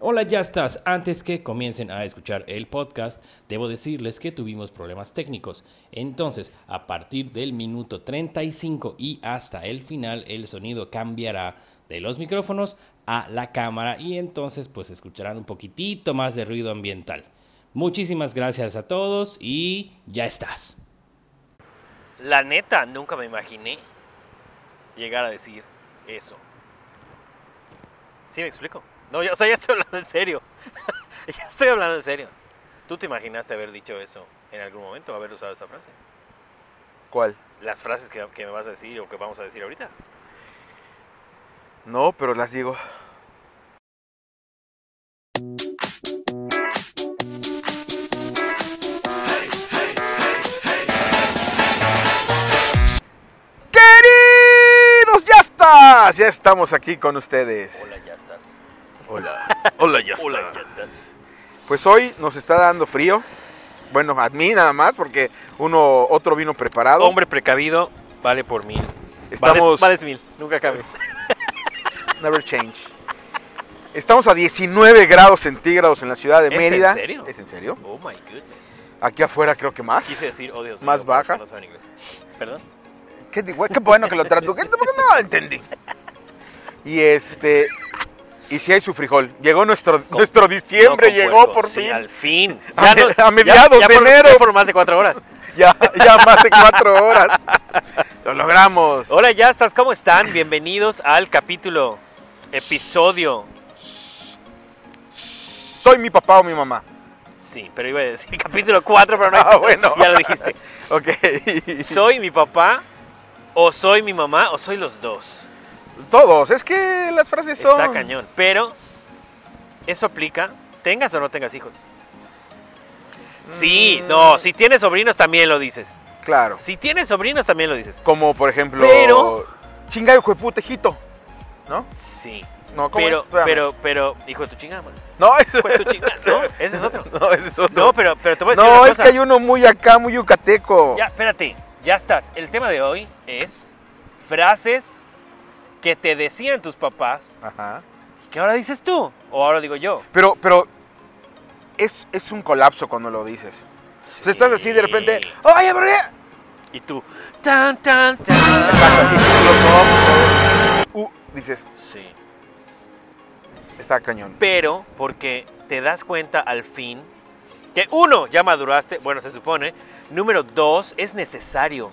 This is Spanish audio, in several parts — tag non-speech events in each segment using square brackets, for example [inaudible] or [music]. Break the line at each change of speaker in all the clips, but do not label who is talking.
Hola, ya estás. Antes que comiencen a escuchar el podcast, debo decirles que tuvimos problemas técnicos. Entonces, a partir del minuto 35 y hasta el final, el sonido cambiará de los micrófonos a la cámara y entonces pues escucharán un poquitito más de ruido ambiental. Muchísimas gracias a todos y ya estás.
La neta, nunca me imaginé llegar a decir eso. ¿Sí me explico? No, yo, o sea, ya estoy hablando en serio. [laughs] ya estoy hablando en serio. ¿Tú te imaginaste haber dicho eso en algún momento, haber usado esa frase?
¿Cuál?
Las frases que, que me vas a decir o que vamos a decir ahorita.
No, pero las digo. Queridos yastas, ya estamos aquí con ustedes.
Hola, ya estás.
Hola, hola
Hola, ya estás.
Pues hoy nos está dando frío. Bueno, a mí nada más, porque uno otro vino preparado.
Hombre precavido vale por mil.
estamos
Vales, mil, nunca cambies.
[laughs] never change. Estamos a 19 grados centígrados en la ciudad de
¿Es en
Mérida.
serio?
¿Es en serio?
Oh my goodness.
Aquí afuera creo que más.
Quise decir, oh Dios mío,
¿Más
pero
baja?
eso No saben inglés. Perdón.
Qué, di- güey, qué bueno que lo traduje, porque no lo entendí. Y este. Y si hay su frijol. Llegó nuestro,
Con-
nuestro diciembre,
No
llegó
concuerdo,
por
sí,
fin.
Al
[laughs]
fin.
A me- a mediados de
por-
enero.
ya por más de cuatro horas.
Ya, ya más de cuatro horas. Lo logramos.
Hola, ya estás, ¿cómo están? Bienvenidos al capítulo, episodio.
Soy mi papá o mi mamá.
Sí, pero iba a decir [laughs] capítulo 4, pero no. hay- [laughs]
Ah, bueno.
Ya lo
[laughs]
dijiste.
Ok.
¿Soy mi papá? ¿O soy mi mamá? ¿O soy los dos?
Todos. Es que las frases son.
Está cañón. Pero eso aplica, tengas o no tengas hijos. Sí,
Mm.
no, si tienes sobrinos también lo dices.
Claro.
Si tienes sobrinos también lo dices.
Como por ejemplo.
Pero-
Chinga, hijo de putejito. ¿No?
Sí.
No, ¿cómo es?
Pero,
Espérame.
pero, pues, pero, hijo de tu chingada, madre.
No, es...
Hijo de tu chingada, ¿no? Ese es otro.
[laughs] No, ese es otro.
No, pero, pero te voy a decir una
No, es
pues, cosa.
que hay uno muy acá, muy yucateco.
Ya, espérate, ya estás. El tema de hoy es frases que te decían tus papás
Ajá.
que ahora dices tú o ahora digo yo.
Pero, pero es, es un colapso cuando lo dices. O sea, Pues estás así de repente, ¡Oye, bro! ya-".
Y tú, tan, tan, tan.
Exacto, así, close up, todo. Uh, dices,
Sí.
está cañón.
Pero porque te das cuenta al fin que uno, ya maduraste, bueno, se supone. Número dos, es necesario.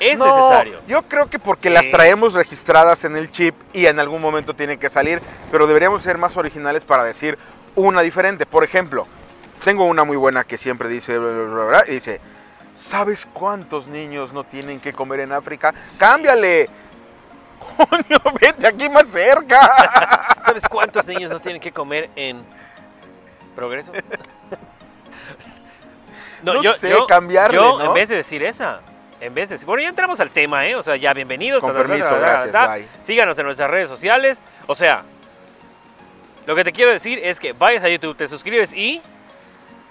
Es
No,
necesario.
Yo creo que porque
Sí.
las traemos registradas en el chip y en algún momento tienen que salir, pero deberíamos ser más originales para decir una diferente. Por ejemplo, tengo una muy buena que siempre dice, bla, bla, bla, bla, y dice, ¿sabes cuántos niños no tienen que comer en África? ¡Cámbiale! [laughs] ¡Coño, vete aquí más
[laughs]
cerca!
¿Sabes cuántos niños no tienen que comer en
[laughs]
progreso?
No sé, cambiarle,
yo,
¿no?
en vez de decir esa, en vez de decir, bueno, ya entramos al tema, ¿eh? O sea, ya bienvenidos.
Con
ta, ta, ta,
permiso,
ta, ta,
gracias,
ta.
bye.
Síganos en nuestras redes sociales. O sea, lo que te quiero decir es que vayas a YouTube, te suscribes y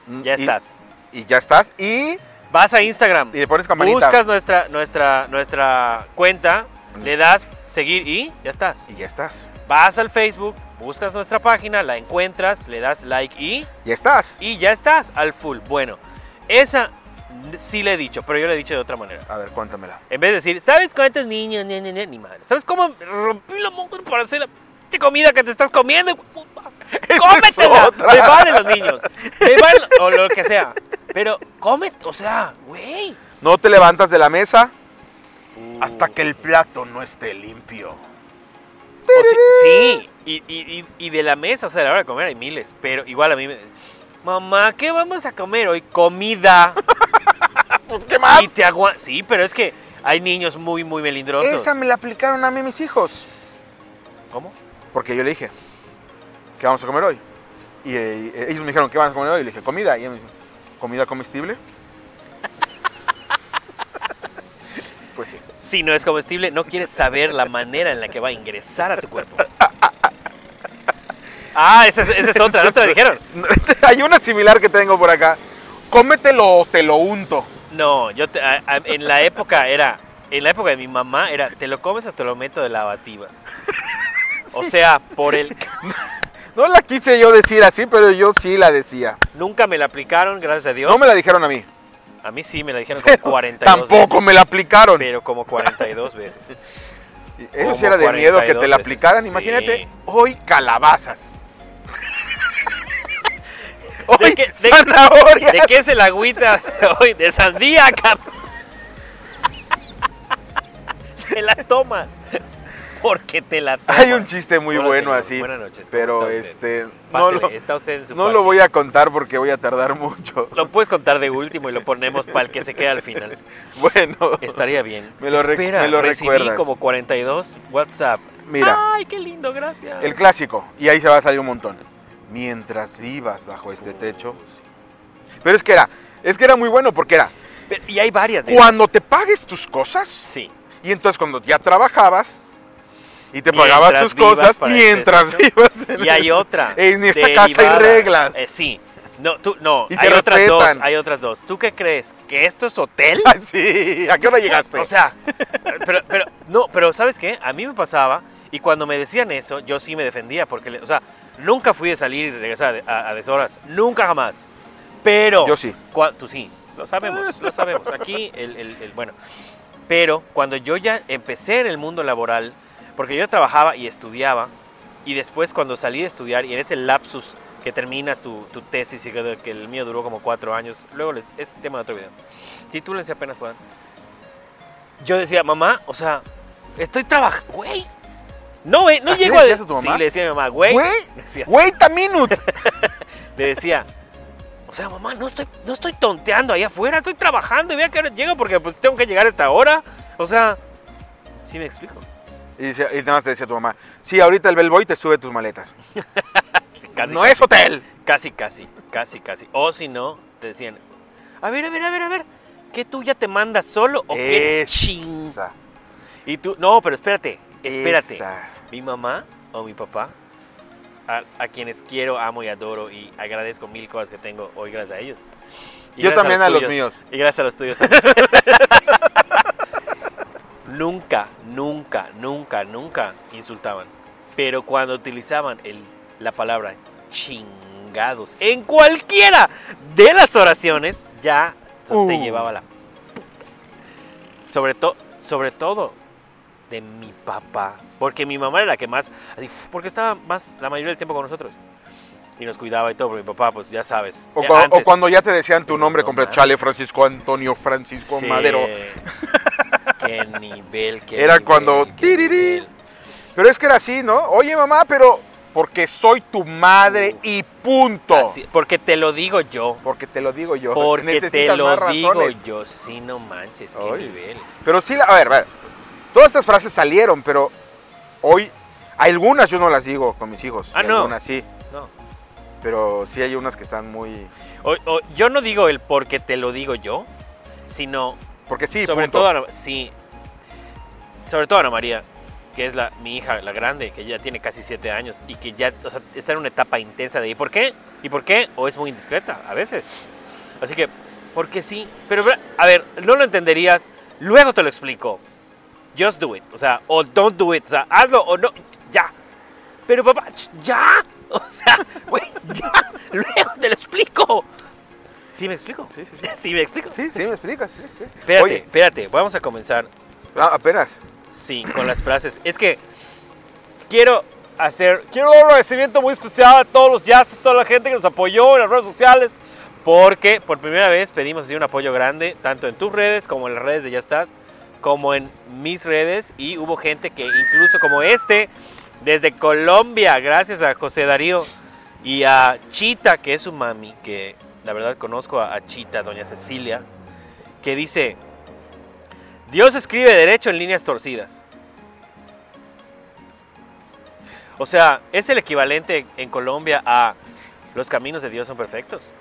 Mm, ya
Mm, Y-
estás.
Y, ya estás. Y,
Vas a Instagram,
y le pones campanita.
buscas nuestra, nuestra, nuestra cuenta,
Mm.
le das seguir y ya estás.
Y ya estás.
Vas al Facebook, buscas nuestra página, la encuentras, le das like y...
Ya estás.
y ya estás al full. Bueno, esa n- sí le he dicho, pero yo le he dicho de otra manera.
A ver, cuéntamela.
En vez de decir, ¿sabes cuántos niños? Ni, ni, ni, ni madre. ¿Sabes cómo rompí los mocos para hacer la pinche comida que te estás comiendo? Puta, ¡Cómetela!
otra.
Me valen los niños. Me valen,
[laughs]
o lo que sea. Pero cómete, o sea, güey.
No te levantas de la mesa hasta que el plato no esté limpio.
O si- sí, y, y- y- y de la mesa, o sea, de la hora de comer hay miles, pero igual a mí me... Mamá, ¿qué vamos a comer hoy? Comida.
[laughs] Pues, ¿qué más?
Y te agua- Sí, pero es que hay niños muy, muy melindrosos.
Esa me la aplicaron a mí mis hijos.
¿Cómo?
Porque yo le dije, ¿qué vamos a comer hoy? Y eh, ellos me dijeron, ¿qué vamos a comer hoy? Y le dije, comida. Y ellos me dijeron,
[laughs]
¿comida comestible? pues sí.
Si no es comestible, no quieres saber la manera en la que va a ingresar a tu
[laughs]
cuerpo. Ah, esa es, esa es otra, no te la dijeron.
[laughs] Hay una similar que tengo por acá. Cómetelo o te lo unto.
No, yo te- a- a- en la época era, en la época de mi mamá
[laughs]
era, te lo comes o te lo meto de lavativas. O sea, por el
No la quise yo decir así, pero yo sí la decía.
Nunca me la aplicaron, gracias a Dios.
No me la dijeron a mí.
A mí sí me la dijeron como 42
Tampoco
veces.
me la aplicaron.
Pero
[laughs]
como 42 veces.
Eso sí
como
era de miedo que te
42
la
veces,
aplicaran.
sí.
Imagínate, hoy calabazas. hoy
[laughs] ¿De qué- de-
zanahorias.
¿De qué es el agüita de hoy? De sandía, cabrón. Te la tomas. Porque te la tomas.
Hay un chiste muy
Hola,
bueno
señor.
así.
Buenas noches. ¿cómo
Pero
está usted?
este. No
Pásele,
lo,
está usted en su
no
cuarto.
lo voy a contar porque voy a tardar mucho. [laughs]
Lo puedes contar de último y lo ponemos para el que se queda al final.
Bueno,
Estaría bien.
Me lo rec-
Espera,
me lo
recibí
recuerdas.
como 42 WhatsApp.
mira,
Ay, qué lindo, gracias.
el clásico. Y ahí se va a salir un montón. Mientras vivas bajo este
Uh.
techo. Pero es que era. Es que era muy bueno porque era
Pero- y hay varias de
cuando te pagues tus cosas
Sí.
y entonces cuando ya trabajabas y te
Mientras
pagabas tus
vivas
cosas
para
mientras
este techo.
vivas
[laughs]
en
Y hay
[laughs]
otra.
En esta
derivada.
casa hay reglas.
Eh, sí. No, tú, no.
Y se
hay otras
respetan.
dos. Hay otras dos. ¿Tú qué crees? ¿Que esto es hotel?
Ah, sí, ¿a qué hora llegaste?
O sea, [laughs] pero, pero, no, pero ¿sabes qué? A mí me pasaba, y cuando me decían eso, yo sí me defendía, porque, le- o sea, nunca fui de salir y regresar a, a- a deshoras, nunca jamás. Pero.
Yo sí.
cua- Tú sí, lo sabemos, lo sabemos. Aquí, el, el- el- bueno. Pero cuando yo ya empecé en el mundo laboral, porque yo trabajaba y estudiaba, y después cuando salí de estudiar, y en ese lapsus que terminas tu, tu tesis, y que que el mío duró como cuatro años, luego les, es tema de otro video. Titúlense apenas puedan yo decía, mamá, o sea, estoy trabajando, güey. No, güey, no
¿Así
llego
le
a...
decías a tu
Sí,
mamá?
le decía a mi mamá, güey.
Güey.
Le decía,
Wait a minute. [laughs]
le decía, o sea, mamá, no estoy, no estoy tonteando ahí afuera, estoy trabajando y vea que hora llego porque pues tengo que llegar a esta hora. O sea, sí me explico.
Y, dice- y nada más te decía tu mamá, sí, ahorita el bellboy te sube tus maletas.
Sí, casi,
no es hotel.
casi, casi, casi, casi. O si no, te decían, a ver, a ver, a ver, a ver, que tú ya te mandas solo o qué
Esa,
ching. Y tú, no, pero espérate, espérate.
esa.
mi mamá o mi papá, a, a quienes quiero, amo y adoro y agradezco mil cosas que tengo hoy gracias a ellos. Y
Yo
gracias
también a los
tuyos.
míos.
Y gracias a los tuyos también. [laughs] nunca, nunca, nunca, nunca insultaban. Pero cuando utilizaban el, la palabra chingados en cualquiera de las oraciones, ya se te
Uh.
llevaba la puta. Sobre, to- sobre todo de mi papá. Porque mi mamá era la que más. así, porque estaba más la mayoría del tiempo con nosotros. Y nos cuidaba y todo. Pero mi papá, pues ya sabes.
O,
eh,
cua- o
antes-
cuando ya te decían tu nombre
No
completo,
mames.
chale, Francisco Antonio, Francisco
Sí.
Madero.
[laughs] Qué nivel, qué
Era
nivel,
cuando
qué
tiriri.
nivel.
Pero es que era así, ¿no? Oye, mamá, pero porque soy tu madre
Uf.
y punto.
Así- porque te lo digo
[laughs]
yo.
Porque te lo digo yo.
Porque te
Necesitas más
lo digo
razones.
yo. Sí, no manches, qué
Ay.
nivel.
Pero sí, la- a ver, a ver. Todas estas frases salieron, pero hoy algunas yo no las digo con mis hijos.
Ah,
y
no.
Algunas sí,
No.
pero sí hay unas que están muy...
O- o- yo no digo el porque te lo digo yo, sino
Porque sí,
sobre
punto.
todo Ana- sí sobre todo Ana María que es la mi hija la grande que ya tiene casi siete años y que ya o sea, está en una etapa intensa de ¿y por qué? ¿y por qué? o es muy indiscreta a veces así que porque sí pero ver- a ver no lo entenderías luego te lo explico just do it o sea o don't do it o sea hazlo o no ya pero papá ch- ya [laughs] o sea güey ya [laughs] luego te lo explico ¿sí me explico?
Sí, sí, sí.
[laughs] ¿sí me explico?
Sí, sí, me explicas. sí, sí.
Espérate,
Oye,
espérate, vamos a comenzar,
ah, apenas.
sí, con las frases. Es que quiero hacer, quiero dar un agradecimiento muy especial a todos los jazzes, toda la gente que nos apoyó en las redes sociales, porque por primera vez pedimos así un apoyo grande, tanto en tus redes como en las redes de Ya Estás, como en mis redes, y hubo gente que incluso como este, desde Colombia, gracias a José Darío y a Chita, que es su mami, que la verdad conozco a, a Chita, doña Cecilia, que dice, Dios escribe derecho en líneas torcidas. O sea, es el equivalente en Colombia a los caminos de Dios son perfectos.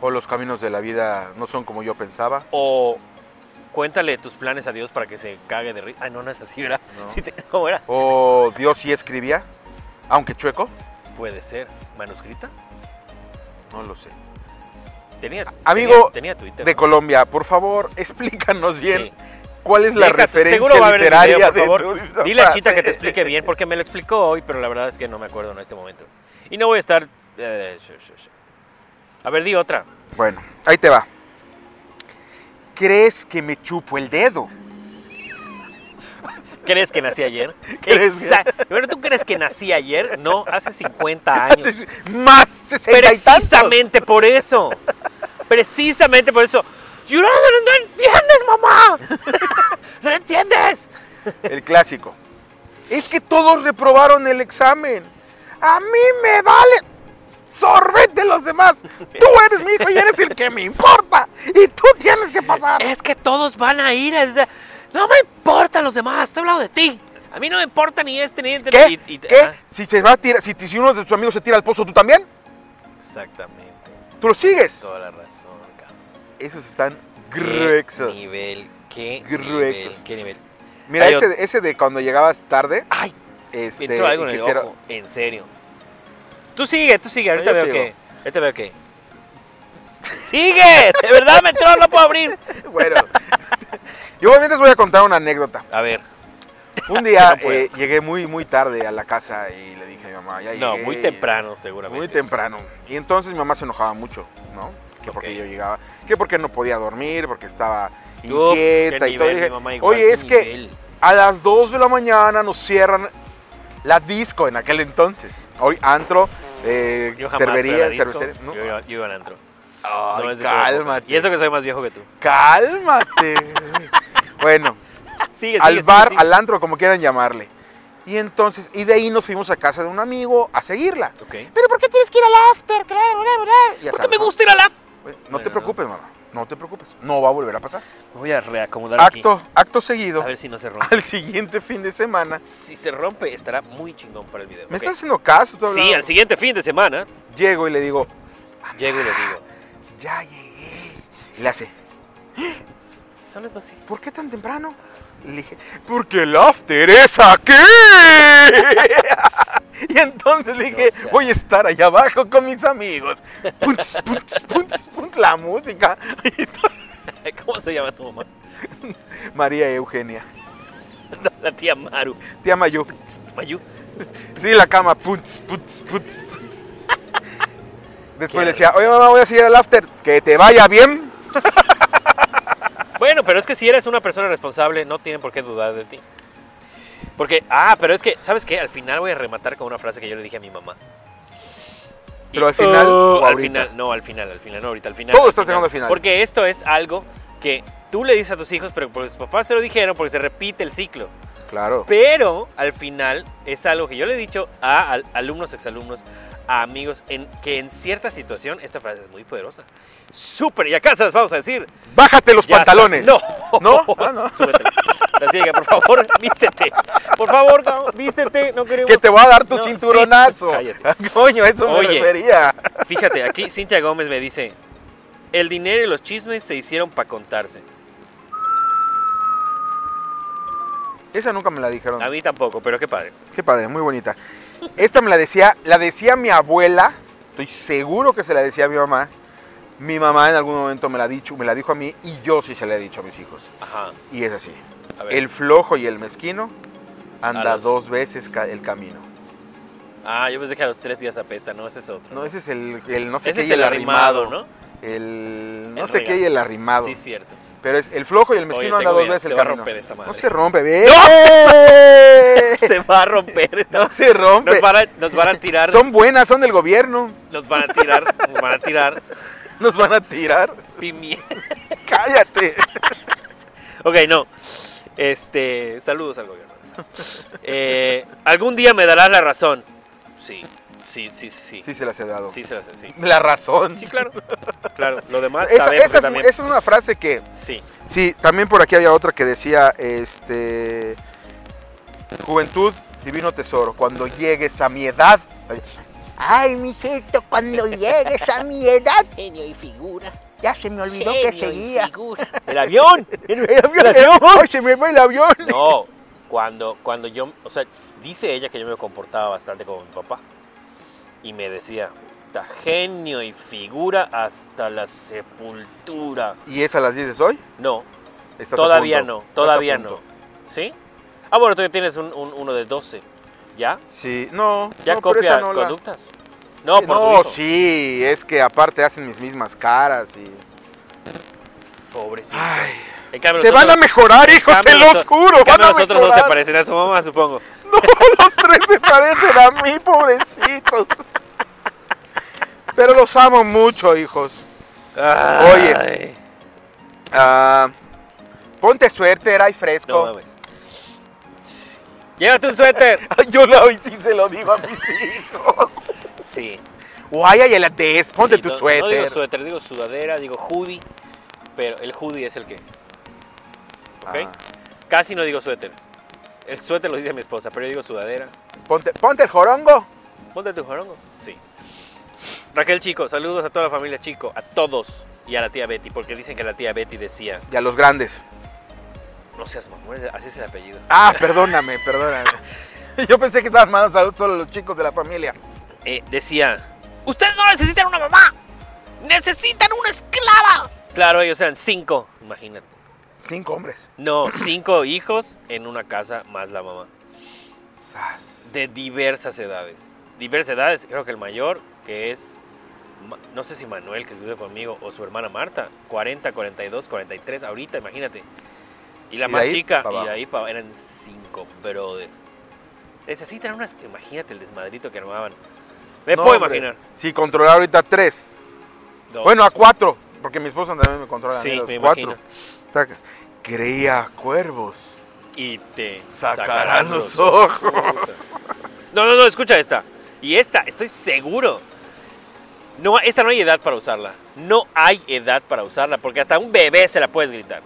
O los caminos de la vida no son como yo pensaba.
O cuéntale tus planes a Dios para que se cague de risa. Ay, no, no es así, ¿verdad?
No.
[laughs] Sí te- ¿Cómo era?
O Dios sí escribía, aunque chueco.
Puede ser. ¿Manuscrita?
No lo sé.
Tenía,
Amigo
tenía, tenía Twitter.
De
¿no?
Colombia, por favor, [laughs] explícanos bien
Sí.
cuál es la
Deja,
referencia
seguro va a haber el
literaria
video, por
de
favor.
tu-
Dile a Chita que te
frase.
explique bien porque me lo explicó hoy, pero la verdad es que no me acuerdo en este momento. Y no voy a estar... eh, sh- sh- sh- A ver, di otra.
Bueno, ahí te va. ¿Crees que me chupo el dedo?
¿Crees que nací ayer?
[laughs] ¿Crees que-
Exacto. Bueno, ¿tú crees que nací ayer? No, hace 50 años.
Hace Más 60 y tantos.
Precisamente por eso. Precisamente por eso. Yo no, no, no entiendes,
[laughs]
mamá. No entiendes.
El clásico. Es que todos reprobaron el examen. A mí me vale. Sorbete los demás. Tú eres mi hijo y eres el que me importa. Y tú tienes que pasar.
Es que todos van a ir. es de- No me importan los demás. Estoy hablando de ti. A mí no me importa ni este ni este.
¿Qué?
y- y-
¿Qué?
ajá.
Si se va a tirar, si, si uno de tus amigos se tira al pozo, ¿tú también?
Exactamente.
¿Tú lo sigues?
Toda la razón, cabrón.
Esos están
Qué
gruesos.
Nivel, qué
Gruexos.
nivel, qué nivel.
Mira,
Hay
ese,
otro.
de- ese de cuando llegabas tarde.
Ay,
Este,
entró algo
y
en el
quisiera-
ojo, en serio. Tú sigue, tú sigue, ahorita
yo
veo
sigo.
que. Ahorita veo que. ¡Sigue! De verdad me entró, no puedo abrir.
Bueno, yo mientras voy a contar una anécdota.
A ver,
Un
[laughs]
día
No puedo.
eh, llegué muy, muy tarde a la casa y le dije a mi mamá, ya
no,
llegué.
muy temprano, seguramente.
Muy temprano. Y entonces mi mamá se enojaba mucho, ¿no? Que porque
Ok.
yo llegaba, que porque no podía dormir, porque estaba
Uf, qué
inquieta y todo.
nivel,
Y dije,
mi mamá igual,
Oye,
qué
es que
nivel".
a las 2 de la mañana nos cierran la disco en aquel entonces. Hoy antro, eh,
Yo jamás fui a
cervería,
la disco,
cervecería. ¿no?
Yo, iba- yo iba al antro.
Ay,
No, es de tu época.
cálmate.
Y eso que soy más viejo que
[laughs]
tú. [laughs]
Cálmate. bueno,
Sigue,
al
sigue, sigue,
bar,
sigue.
al antro, como quieran llamarle. Y entonces, y de ahí nos fuimos a casa de un amigo a seguirla.
Ok.
Pero ¿por qué tienes que ir al after? Claro, bla, bla. Ya
¿Por qué me
sabes, ¿no?
gusta ir a la.?
No
Bueno,
te preocupes, mamá. No te preocupes. No va a volver a pasar.
Voy a reacomodar aquí.
Acto, acto seguido.
A ver si no se rompe.
[laughs] Al siguiente fin de semana.
Si se rompe, estará muy chingón para el video.
¿Me
ok.
estás haciendo caso? Tú
Sí,
hablando.
al siguiente fin de semana
Llego y le digo,
llego y le digo.
ya llegué. Y le hace,
Son las 12.
¿por qué tan temprano? Y le dije, porque el after es aquí. [laughs] y entonces le dije,
No seas-
voy a estar allá abajo con mis amigos. Punch, punch, punch, punch, la música.
[laughs] ¿Cómo se llama tu mamá? [laughs]
María Eugenia.
No, la tía Maru.
Tía Mayu.
Mayu.
Sí, la cama. Putz, putz, putz, putz. Después
Qué
le decía, oye mamá, voy a seguir al after. Que te vaya bien.
Bueno, pero es que si eres una persona responsable, no tienen por qué dudar de ti. Porque, ah, pero es que, ¿sabes qué? Al final voy a rematar con una frase que yo le dije a mi mamá.
Pero al final,
oh,
o
al
ahorita.
final, no, al final, al final, no, ahorita, al final.
Todo lo
al
estás dejando al final.
Porque esto es algo que tú le dices a tus hijos, pero porque sus papás te lo dijeron, porque se repite el ciclo.
Claro.
Pero al final es algo que yo le he dicho a al- alumnos, exalumnos, a amigos, en, que en cierta situación esta frase es muy poderosa. Súper, y acá se las vamos a decir.
Bájate los
Ya
pantalones.
estás- No,
¿No?
[laughs]
Ah, no.
Súbetelos. La ciega, por favor, [laughs] vístete. Por favor, cabrón, vístete, no queremos.
Que te voy a dar tu
No, sí.
cinturonazo.
[laughs] Cállate.
[laughs] Coño, a eso me
Oye.
refería.
Fíjate, aquí Cintia Gómez me dice: El dinero y los chismes se hicieron para contarse.
Esa nunca me la dijeron.
A mí tampoco, pero qué padre.
Qué padre, muy bonita. Esta me la decía, la decía mi abuela. Estoy seguro que se la decía a mi mamá. Mi mamá en algún momento me la, ha dicho, me la dijo a mí y yo sí se la he dicho a mis hijos.
Ajá.
Y es así.
A ver.
El flojo y el mezquino anda
A los-
dos veces ca- el camino.
Ah, yo pensé que a los tres días apesta, no, ese es otro.
No, ese es el, el no sé
Ese
qué
es
y
el arrimado, ¿no?
El no
El
sé qué y el arrimado.
Sí, cierto.
Pero es el flojo y el
Oye,
mezquino anda
tengo
dos
miedo, se
veces el
va a
camino.
romper esta madre.
No se rompe, ve.
[laughs] Se va a romper.
No [laughs] se
Nos
rompe.
van a, nos
[laughs]
van a tirar.
Son buenas, son del gobierno.
Nos van a tirar. Nos van a tirar.
Nos van
[laughs]
a tirar.
Pimienta.
Cállate.
Ok, no. Este. Saludos al
[laughs]
gobierno. Eh, Algún día me darás la razón. Sí. Sí, sí, sí.
Sí se las he dado.
Sí, se las sí.
La razón.
Sí, claro. Claro. Lo demás
Esa,
sabemos
esa
que
es,
también.
esa es una frase que
Sí.
sí, también por aquí había otra que decía este Juventud, divino tesoro, cuando llegues a mi edad. Ay, [laughs] mijito, cuando llegues a mi edad,
Genio y figura.
ya se me olvidó
genio
que
y
seguía.
figura.
El avión.
El avión, Ay, se me fue el avión.
No, cuando, cuando yo, o sea, dice ella que yo me comportaba bastante como mi papá. Y me decía, "Ta genio y figura hasta la sepultura.
¿Y es a las 10 de hoy?
No,
Estás a
todavía
punto.
no,
Estás a
todavía no.
punto.
¿Sí? Ah, bueno, tú ya tienes un, un- uno de 12. ¿Ya?
Sí, no.
¿Ya
no, pero
copia
esa no la-
conductas? No, por tu
no,
hijo.
sí, es que aparte hacen mis mismas caras y...
Pobrecito.
Ay,
En cambio,
se van a
nosotros-
mejorar, hijos,
en
se
cambio,
los
noso-
juro,
en
van
cambio,
a
nosotros no te
mejorar.
parecen a su mamá, supongo.
[laughs] No, los tres se parecen a mí, pobrecitos.
[laughs]
Pero los amo mucho, hijos. Oye.
Ay,
Ah, ponte suerte, era y
No
fresco.
mames. Llévate un suéter.
[laughs] Ay, Yo la hoy sí se lo digo a mis hijos.
Sí.
Guaya y el ates, ponte
Sí,
tu
no- No digo
suéter.
suéter, digo sudadera, digo hoodie. Pero el hoodie es el que. ¿Ok?
Ah,
Casi no digo suéter. El suéter lo dice mi esposa, pero yo digo sudadera.
ponte, ponte el jorongo.
Ponte tu jorongo. Sí. Raquel Chico, saludos a toda la familia Chico, a todos y a la tía Betty, porque dicen que la tía Betty decía,
Y a los grandes.
no seas mamón, así es el apellido.
Ah, perdóname, perdóname. [laughs] Yo pensé que estaban mandando saludos solo los chicos de la familia.
Eh, decía,
Ustedes no necesitan una mamá. Necesitan una esclava.
claro, ellos eran cinco, imagínate.
Cinco hombres. [clears throat]
No, cinco hijos en una casa más la mamá.
Sas.
De diversas edades. Diversas edades, creo que el mayor, que es, Ma- no sé si Manuel, que vive conmigo, o su hermana Marta, 40, 42, 43, ahorita, imagínate. Y la
Y de
más
ahí
chica,
pa'
y
abajo.
de ahí pa- eran cinco, brother. Necesitan unas, imagínate el desmadrito que armaban. Me
No,
puedo
hombre.
imaginar.
Si controlar ahorita tres.
Dos.
Bueno, a cuatro. Porque mi esposa también me controla. a mí
sí,
los
me
cuatro.
imagino.
Saca- Cría cuervos.
Y te
Sacarán los ojos. [laughs]
No, no, no, escucha esta. Y esta, estoy seguro. No, esta no hay edad para usarla. No hay edad para usarla, porque hasta un bebé se la puedes gritar.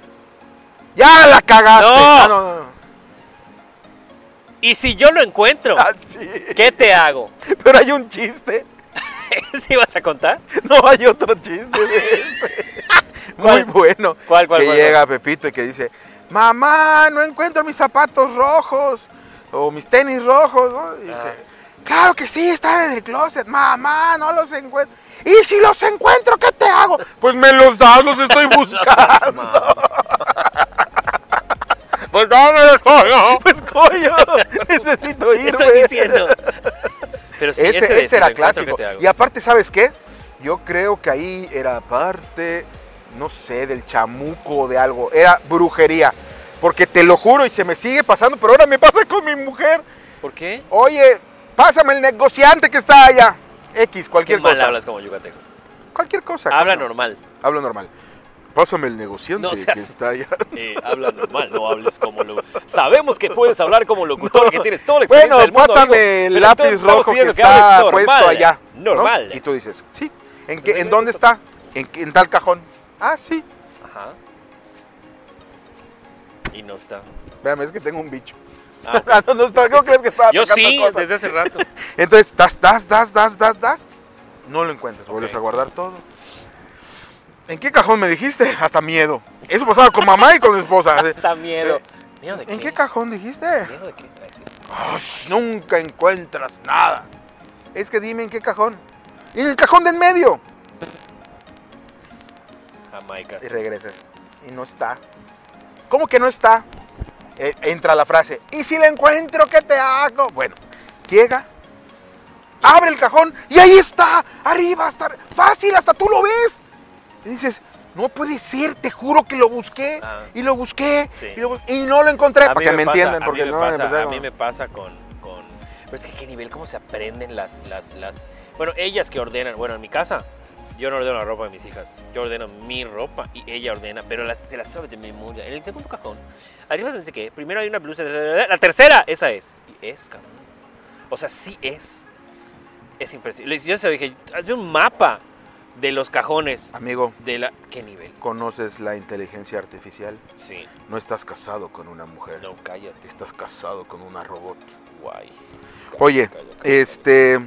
¡Ya la cagaste!
No.
Ah, no, no, no.
Y si yo lo encuentro,
Ah, sí.
¿qué te hago? [laughs]
Pero hay un chiste.
¿Sí vas a contar?
No hay otro chiste de ese. Muy
¿Cuál?
bueno.
¿Cuál, cuál,
que
cuál,
llega Pepito y que dice, mamá, no encuentro mis zapatos rojos o mis tenis rojos. ¿no? Y
Ah.
dice, claro que sí, están en el closet. Mamá, no los encuentro. Y si los encuentro, ¿qué te hago? Pues me los das,
[laughs]
los estoy buscando.
[laughs]
[laughs]
Pues no, no, no,
pues coño, [laughs] necesito irme.
Estoy diciendo. Pero Pues sí,
ese,
ese, de
ese
si lo encuentro,
era
¿qué
clásico.
te hago?
Y aparte, ¿sabes qué? Yo creo que ahí era parte, no sé, del chamuco o de algo. Era brujería. Porque te lo juro y se me sigue pasando, pero ahora me pasa con mi mujer.
¿Por qué?
Oye, pásame el negociante que está allá. X,
Qué
cualquier
mal
cosa.
hablas como yucateco.
Cualquier cosa.
Habla
coño.
normal.
Hablo normal. Pásame el negociante
No seas-
que
[laughs]
está allá. [laughs]
Eh, habla normal, no hables como lo. Sabemos que puedes hablar como locutor, que tienes toda la experiencia
Bueno,
del mundo,
pásame
amigo,
el
pero
lápiz
entonces estamos
rojo que
pidiendo
está
hables normal, ¿eh?
puesto allá. ¿no?
Normal.
Y tú dices, sí. ¿En,
Pues
qué-
ahí
en
me
dónde
gusta.
está? ¿En, qué- en tal cajón. Ah, sí.
Ajá. Y no está.
Espérame, es que tengo un bicho.
Ah,
[laughs] Ah, no, no está, ¿Cómo crees que estaba
yo
sacando
sí,
cosas?
desde hace rato.
[laughs] Entonces, das, das, das, das, das, das. No lo encuentras. Vuelves
Ok.
a guardar todo. ¿En qué cajón me dijiste? Hasta miedo. Eso pasaba con mamá y con
[laughs]
mi esposa. así,
Está miedo.
Eh,
¿Miedo de qué?
¿En qué cajón dijiste?
¿Miedo de qué? Ay, sí.
Ay, nunca encuentras nada. Es que dime en qué cajón. En el cajón de en medio.
Jamaica.
Y regresas. Y no está. ¿Cómo que no está? Eh, entra la frase. ¿Y si la encuentro, qué te hago? Bueno, llega. Abre el cajón y ahí está, arriba, hasta fácil, hasta tú lo ves. Y dices, no puede ser, te juro que lo busqué
Ah.
y lo busqué
Sí.
y, lo bus- y no lo encontré.
A
Para
mí
que me
pasa-
entiendan,
a mí
porque
me
no
pasa-
empezar
A mí
con-
me pasa con, con. Pero es que qué nivel, cómo se aprenden las, las, las. Bueno, ellas que ordenan. Bueno, en mi casa, yo no ordeno la ropa de mis hijas. Yo ordeno mi ropa y ella ordena, pero las, se las sabe de memoria. En el segundo cajón, arriba de no sé qué. Primero hay una blusa. La tercera, esa es. Y es, cabrón. O sea, sí es. Es impresionante. Yo se lo dije, hazme un mapa de los cajones
Amigo,
de la. ¿Qué nivel?
¿conoces la inteligencia artificial?
Sí.
No estás casado con una mujer,
No, cállate.
estás casado con una robot.
Guay.
Oye,
Cállate, cállate.
Este.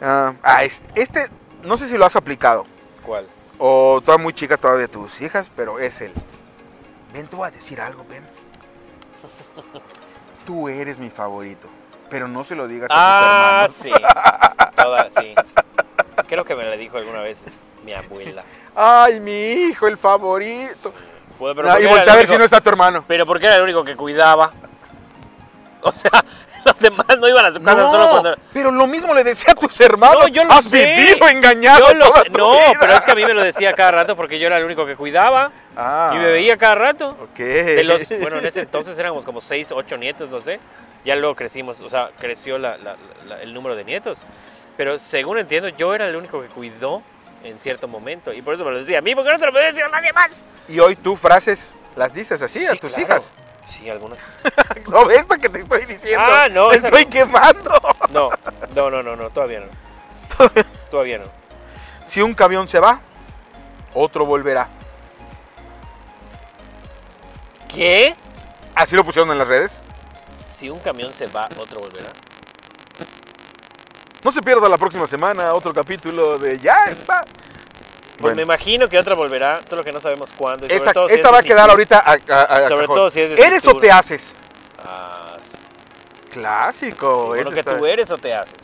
ah, ah, es- este, no sé si lo has aplicado.
¿Cuál?
O toda muy chica todavía tus hijas, pero es el. Ven, te voy a decir algo, ven. Tú eres mi favorito. Pero no se lo digas
Ah,
a tus hermanos.
sí. Toda, sí. Creo que me la dijo alguna vez mi abuela.
Ah, Ay, mi hijo, el favorito.
Bueno,
Ah,
porque
y
era
voltea
el
a ver si
único-
no está tu hermano.
pero porque era el único que cuidaba. O sea, [laughs] los demás no iban a su casa
No,
solo cuando...
pero lo mismo le decía a tus hermanos.
No, yo lo
Has
sé.
vivido engañado.
Yo lo-
toda tu
no,
vida.
pero es que a mí me lo decía cada rato porque yo era el único que cuidaba
Ah,
y me veía cada rato.
Ok.
De
[laughs]
los, bueno, en ese entonces éramos como 6, 8 nietos, no sé. Ya luego crecimos, o sea, creció la- la- la- el número de nietos. Pero según entiendo, yo era el único que cuidó en cierto momento. Y por eso me lo decía a mí, porque no se lo podía decir a nadie más.
Y hoy tú frases las dices así a
Sí,
tus
claro.
hijas.
Sí, algunas.
No ves lo que te estoy diciendo.
Ah, no,
Te
esa
estoy
no.
quemando.
No, no, no, no, no, todavía
[laughs]
no. Todavía no.
Si un camión se va, otro volverá.
¿Qué?
Así lo pusieron en las redes.
Si un camión se va, otro volverá.
No se pierda la próxima semana otro capítulo de Ya está.
Pues
Bueno,
me imagino que otra volverá, solo que no sabemos cuándo. y sobre
esta
todo si
esta
es
va a
de
quedar
cintura.
ahorita a, a- a-
Sobre
cajón.
todo si es de
¿Eres o
cintura.
te haces?
Ah, sí.
Clásico.
bueno,
ese
que
está-
tú eres o te haces.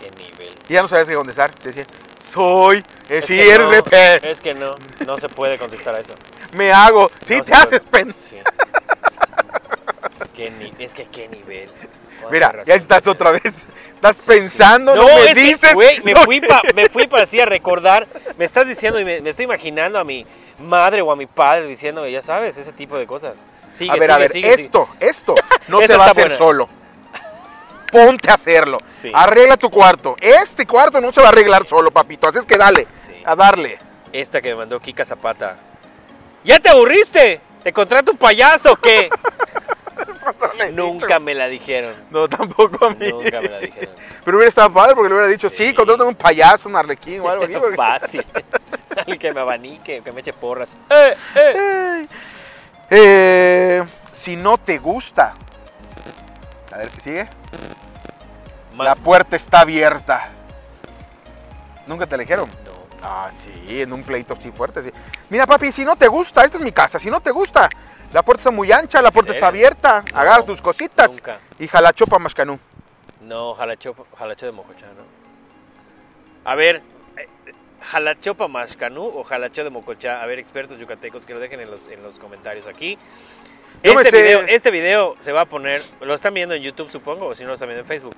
Qué nivel.
Y ya no sabías qué contestar. Te decía, soy, eh,
Es
sí,
que
eres
no,
RP,
Es que no, no se puede contestar a eso. [laughs]
me hago, sí,
No,
te
sí, no.
haces, pen.
Sí. Qué ni- es que qué nivel. Cuánta
Mira,
razón
ya estás
tienes.
otra vez. Estás pensando, no,
es
me
que,
dices.
güey, me,
no
fui
que- [laughs]
pa, me fui para así a recordar. Me estás diciendo y me, me estoy imaginando a mi madre o a mi padre diciéndome, ya sabes, ese tipo de cosas. Sigue,
a ver,
sigue,
a ver,
sigue, sigue.
esto,
[laughs]
esto no se
Esta
va a
está
hacer
buena.
solo. Ponte a hacerlo.
Sí.
Arregla tu cuarto. Este cuarto no se va a arreglar solo, papito. Así es que dale,
Sí.
a darle. [laughs]
Esta que me mandó Kika Zapata. ¡Ya te aburriste! ¿Te contrato un payaso o
[laughs]
qué?
Eso no le he
Nunca
dicho.
me la
[laughs]
dijeron.
No, tampoco a mí.
Nunca me la dijeron.
Pero hubiera estado padre porque le hubiera dicho, sí,
Sí.
contrátame un payaso, un arlequín o
[laughs]
algo así. porque-
Fácil. Alguien que me abanique, que me eche porras. ¡Eh, eh!
[laughs] Ay. Eh, si no te gusta. A ver, ¿qué sigue?
Ma-
La puerta está abierta. Nunca te eligieron.
No.
Ah, sí, en un pleito así fuerte, sí. Mira, papi, si no te gusta, esta es mi casa, si no te gusta. La puerta está muy ancha, la puerta está
serio?
abierta.
No,
Agarra tus cositas.
Nunca.
Y jala chopa más [laughs] canú.
No, jalachopa, jalacho de Mocochano. A ver, eh, jalachopa mascanú o jalacho de Mocochá. A ver, expertos yucatecos, que lo dejen en los, en los comentarios aquí.
Yo me
Este
sé-
video, este video se va a poner, lo están viendo en YouTube supongo, o si no lo están viendo en Facebook.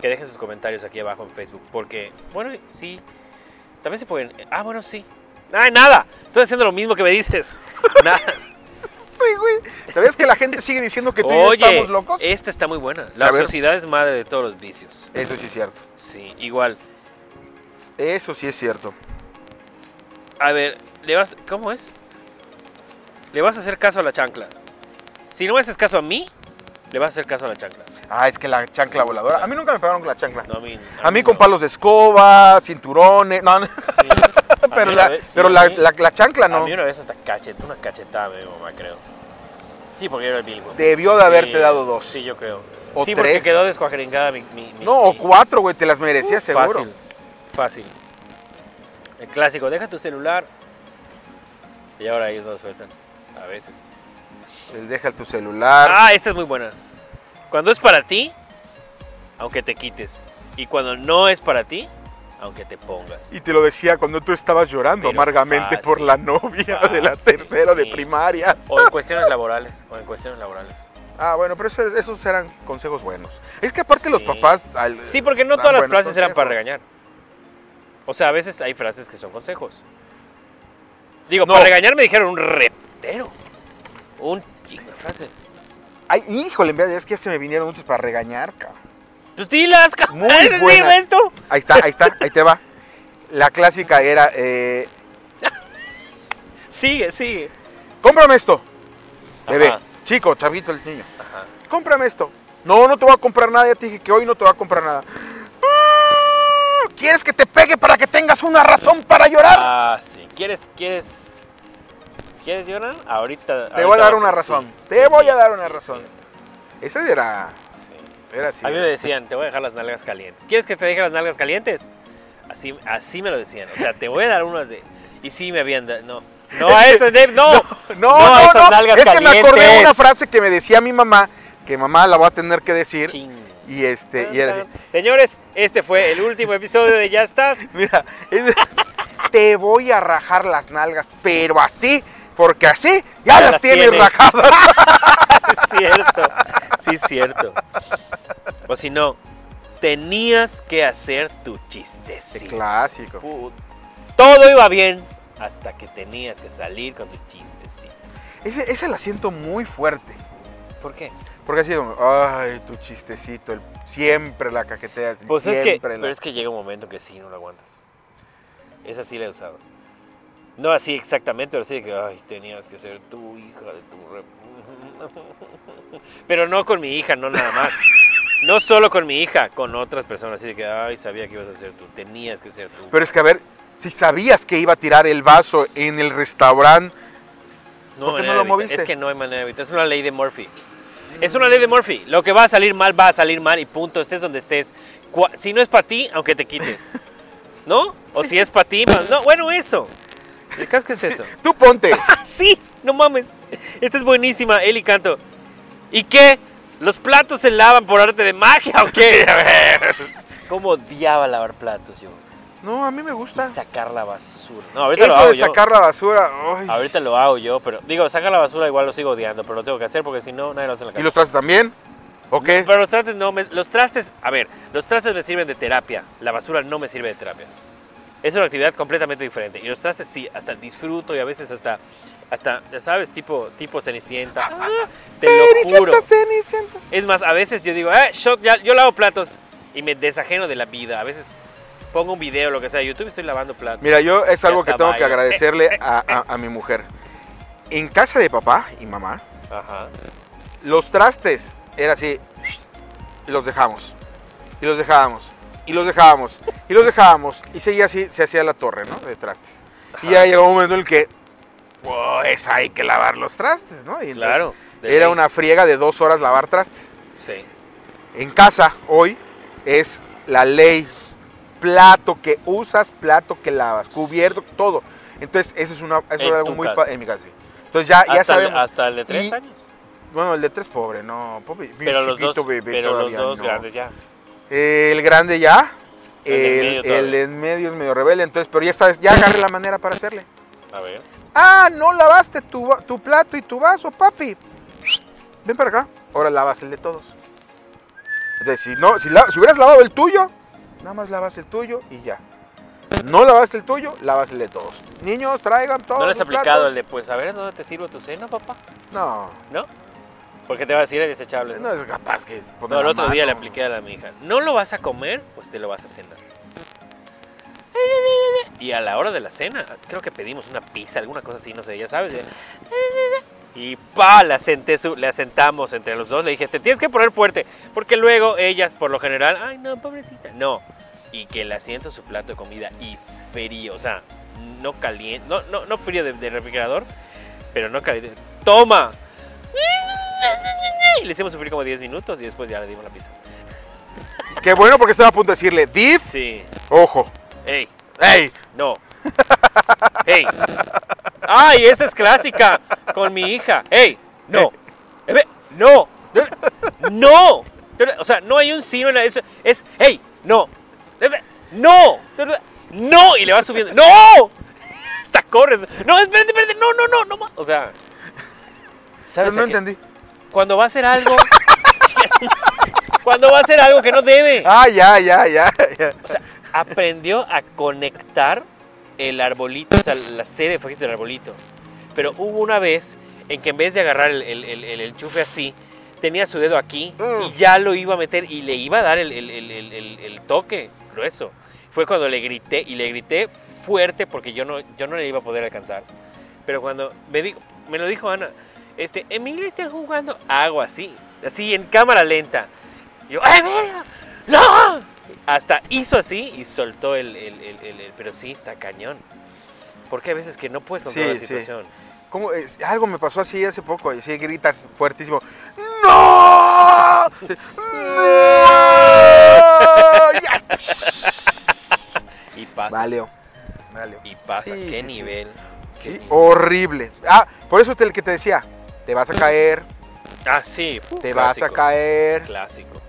Que dejen sus comentarios aquí abajo en Facebook, porque, bueno, sí, también se pueden... Ah, bueno, sí. ¡Ay, nada! Estoy haciendo lo mismo que me
[laughs]
dices. Nada.
Sí, güey. ¿Sabías que la gente sigue diciendo que tú y yo
Oye, eh.
estamos locos?
esta está muy buena.
A
La
ver.
sociedad es madre de todos los vicios.
Eso sí es cierto.
Sí, igual.
Eso sí es cierto.
A ver, le vas, ¿cómo es? Le vas a hacer caso a la chancla. Si no me haces caso a mí, le vas a hacer caso a la chancla.
Ah, es que la chancla voladora. A mí nunca me pegaron con la chancla.
No a mí.
A mí con
no.
palos de escoba, cinturones, no, no, [laughs]
Sí. A mí
pero,
una
la,
vez- sí,
pero
a
la,
mí-
la- la chancla no.
A mí una vez hasta cachet, una cachetada me dio mamá, creo. Sí, porque era el bilbo.
Debió de haberte dado dos.
Sí, yo creo.
O
sí,
tres.
porque quedó descuajeringada mi, mi, mi-
No, o
mi-
cuatro, güey, te las merecías seguro.
Fácil, fácil. El clásico, deja tu celular. Y ahora ellos no lo sueltan. A veces.
El deja tu celular.
Ah, esta es muy buena. Cuando es para ti, aunque te quites. Y cuando no es para ti, aunque te pongas.
Y te lo decía cuando tú estabas llorando
Pero
amargamente
fácil,
por la novia de la
fácil,
tercera de
sí.
primaria.
O en cuestiones laborales. O en cuestiones laborales.
Ah, bueno, pero eso- esos eran consejos buenos. Es que aparte los
Sí.
papás... al-
Sí, porque no
dan
todas las
buenos
frases eran para
Ah, consejos.
regañar. O sea, a veces hay frases que son consejos. Digo,
No.
para regañar me dijeron un reptero. Un chingo de frases.
Ay, híjole, en verdad, es que ya se me vinieron muchos para regañar, cabrón.
Pues dilas, cabrón. [laughs]
Muy
¿Eres
buena.
libre esto?
Ahí está, ahí está, ahí te va. La clásica era, eh,
Sigue, sigue.
cómprame esto.
Ajá.
Bebé, chico, chavito, el niño.
Ajá.
cómprame esto. No, no te voy a comprar nada, ya te dije que hoy no te voy a comprar nada. Mm, ¿Quieres que te pegue para que tengas una razón para llorar?
Ah, sí. ¿Quieres, quieres, quieres llorar? Ahorita.
Te
ahorita
voy a dar
vas
una
decir.
razón. Te voy a dar una
Sí,
razón. eh.
sí,
Esa era,
sí.
era así.
A mí me decían, te voy a dejar las nalgas calientes. ¿Quieres que te deje las nalgas calientes? Así, así me lo decían. O sea, te voy a dar unas de. Y sí me habían dado. No. No a esas, Dave, no.
[laughs] No,
a
no,
esas
no,
nalgas
Es que me
calientes.
acordé de una frase que me decía mi mamá, que mamá la va a tener que decir.
Ching.
Y este, y era así.
Señores, este fue el último episodio de Ya Estás.
Mira, es- te voy a rajar las nalgas, pero así, porque así ya,
Ya
las,
las
tienes
tienes.
rajadas.
es cierto. Sí, es cierto. O si no, tenías que hacer tu
Qué
chistecito.
clásico.
Put- Todo iba bien hasta que tenías que salir con tu chistecito.
Ese, ese la siento muy fuerte.
¿Por qué?
Porque así como, ay, tu chistecito, el- siempre la cajeteas.
Pues es
siempre
que,
la-
pero es que llega un momento que sí, no lo aguantas. Esa sí la he usado. No así exactamente, pero sí de que, ay, tenías que ser tu hija de tu rep. [laughs] Pero no con mi hija, no nada más. No solo con mi hija, con otras personas. Así de que, ay, sabía que ibas a ser tú, tenías que ser tú.
Pero es que, a ver, si sabías que iba a tirar el vaso en el restaurante,
hay
¿por qué no
manera
lo
de evitar-
moviste?
Es que no hay manera de evitar. Es una ley de Murphy. Es una ley de Murphy. Lo que va a salir mal, va a salir mal y punto. Estés donde estés. Cua- Si no es para ti, aunque te quites.
[laughs]
¿No? O si es para ti, pa- no. Bueno, eso. ¿El casco es
[laughs]
eso? [laughs]
tú ponte.
¡Ah, sí! No mames. Esta es buenísima, Eli Canto. ¿Y qué? ¿Los platos se lavan por arte de magia o
[laughs]
qué? ¿Cómo odiaba lavar platos yo?
No, a mí me
Y
gusta.
sacar la basura. No, ahorita lo
Ah. Eso
hago
de
yo.
sacar la basura, ay.
Ahorita lo hago yo, pero digo, saca la basura igual lo sigo odiando, pero lo tengo que hacer porque si no, nadie lo hace en la
¿Y
casa.
los trastes también? ¿O qué?
Pero los trastes no me, los trastes, a ver, los trastes me sirven de terapia, la basura no me sirve de terapia. Es una actividad completamente diferente. Y los trastes sí, hasta disfruto y a veces hasta, hasta, ya sabes, tipo, tipo cenicienta. Ah, te lo juro.
Cenicienta, Cenicienta.
Es más, a veces yo digo, eh, yo, ya- yo lavo platos y me desajeno de la vida. A veces pongo un video, lo que sea, de YouTube y estoy lavando platos.
Mira, yo es algo
hasta
que tengo que
bailo.
agradecerle
[laughs]
a, a- a mi mujer. En casa de papá y mamá,
Ajá.
los trastes era así, y los dejamos, y los dejábamos, y los dejábamos, y los dejábamos, y seguía así, se hacía la torre, ¿no? De trastes. Y ya llegó un momento en el que, pues hay que lavar los trastes, ¿no? Y entonces
Claro. de
Era
ley.
una friega de dos horas lavar trastes.
Sí.
En casa, hoy, es la ley, plato que usas, plato que lavas, cubierto, todo. Entonces, eso es, una, eso
En
es
tu
algo muy...
casa.
pa- En mi casa, sí. Entonces ya,
hasta,
ya
el-
sabemos...
hasta el de tres
Y-
años.
Bueno, el de tres pobre, no. Pobre, bien
Pero los
chiquito,
dos,
bebé,
pero los
todavía
dos
no.
grandes ya.
El grande ya.
El del medio
El,
todavía.
el de en medio es medio rebelde, entonces, pero ya sabes, ya agarré la manera para hacerle.
A ver.
Ah, no lavaste tu, va- tu plato y tu vaso, papi. Ven para acá. Ahora lavas el de todos. Entonces, si, no, si, la- si hubieras lavado el tuyo, nada más lavas el tuyo y ya. No lavaste el tuyo, lavas el de todos. Niños, traigan todos.
¿No le has
sus
aplicado
platos.
el de, pues, a ver, ¿dónde te sirvo tu cena, papá?
No,
¿No? Porque te va a decir es desechable.
no
No,
es capaz que. es poner
No, el
la
otro día le
mano.
apliqué a la mi hija. ¿No lo vas a comer? Pues te lo vas a cenar. Y a la hora de la cena, creo que pedimos una pizza, alguna cosa así, no sé, ya sabes. Y pa, la, senté su- la sentamos entre los dos. Le dije, te tienes que poner fuerte. Porque luego ellas, por lo general, ay, no, pobrecita. No. Y que la siento su plato de comida y frío, o sea, no caliente, no, no, no frío de, de refrigerador, pero no caliente. ¡Toma! Y le hicimos sufrir como 10 minutos y después ya le dimos la pizza.
Qué bueno porque estaba a punto de decirle, Div,
Sí.
ojo.
¡Ey!
¡Ey!
No. ¡Ey! ¡Ay, esa es clásica! Con mi hija. ¡Ey! No. Eh, ve, ¡No! ¡No! O sea, no hay un sino en la- eso. Es, ¡Ey! ¡No! Eh, ve, ¡No! ¡No! Y le va subiendo. ¡No! [laughs] Hasta corres. ¡No, espérate, espérate! ¡No, no, no! no ma-". o sea...
Pero
¿Sabes
no
a qué?
entendí.
Cuando va a hacer algo... [laughs] cuando va a hacer algo que no debe.
Ah, ya, ya, ya. [laughs] ya.
O sea, aprendió a conectar el arbolito, o sea, la serie de foquitos del arbolito. Pero hubo una vez en que en vez de agarrar el, el- el- el enchufe así, tenía su dedo aquí y ya lo iba a meter y le iba a dar el, el- el- el- el- el toque grueso. Fue cuando le grité y le grité fuerte porque yo no, yo no le iba a poder alcanzar. Pero cuando me, dijo, me lo dijo Ana, este, Emilio está jugando, hago así, así en cámara lenta. Yo, ¡ay, verga! ¡No! Hasta hizo así y soltó el, el- el- el- el- pero sí está cañón. Porque hay veces que no puedes controlar
Sí,
la
sí.
situación.
¿Cómo es? Algo me pasó así hace poco, y así gritas fuertísimo. ¡No!
[laughs]
¡No! Ya.
Y pasa.
Valeo. Valeo.
Y pasa.
Sí,
¿Qué
sí, sí.
nivel? qué
Sí, oh,
nivel.
horrible. Ah, por eso te, el que te decía, te vas a caer,
Ah, sí. uh,
te vas a
clásico,
caer,
Clásico.